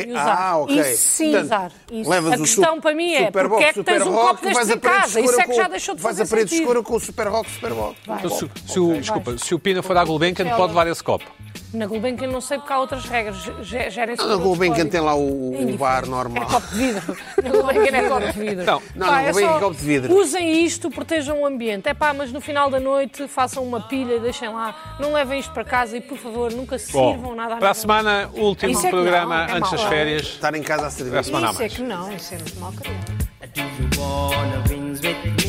É? e usar. Ah, ok. Isso sim, Portanto, usar. Isso. Levas A o questão super- para mim é, Super porque é que Bowl, tens um Super copo Rock, destes vais a em parede casa? Isso escura é que com- já deixou de vais fazer a parede sentido. escura com o Super Rock, Super Rock. Então, se, se o, desculpa, se o Pina for à Gulbenkian, pode levar esse copo. na Gulbenkian não sei porque há outras regras. ge- Gerem-se Na por outros Gulbenkian tem códigos. lá o, o bar É normal. copo de vidro. Na Gulbenkian é copo de vidro. Não, não, na Gulbenkian é copo de vidro. Usem isto, protejam o ambiente. É pá, mas no final da noite façam uma pilha, deixem lá. Não levem isto para casa e, por favor, nunca sirvam Bom, nada a para a ninguém. semana, último Isso é que não, programa é antes mau. das férias. Estar em casa a Para a servir. semana a Isso é mais. que não, isso é muito mal criado. Do you wanna rings with me?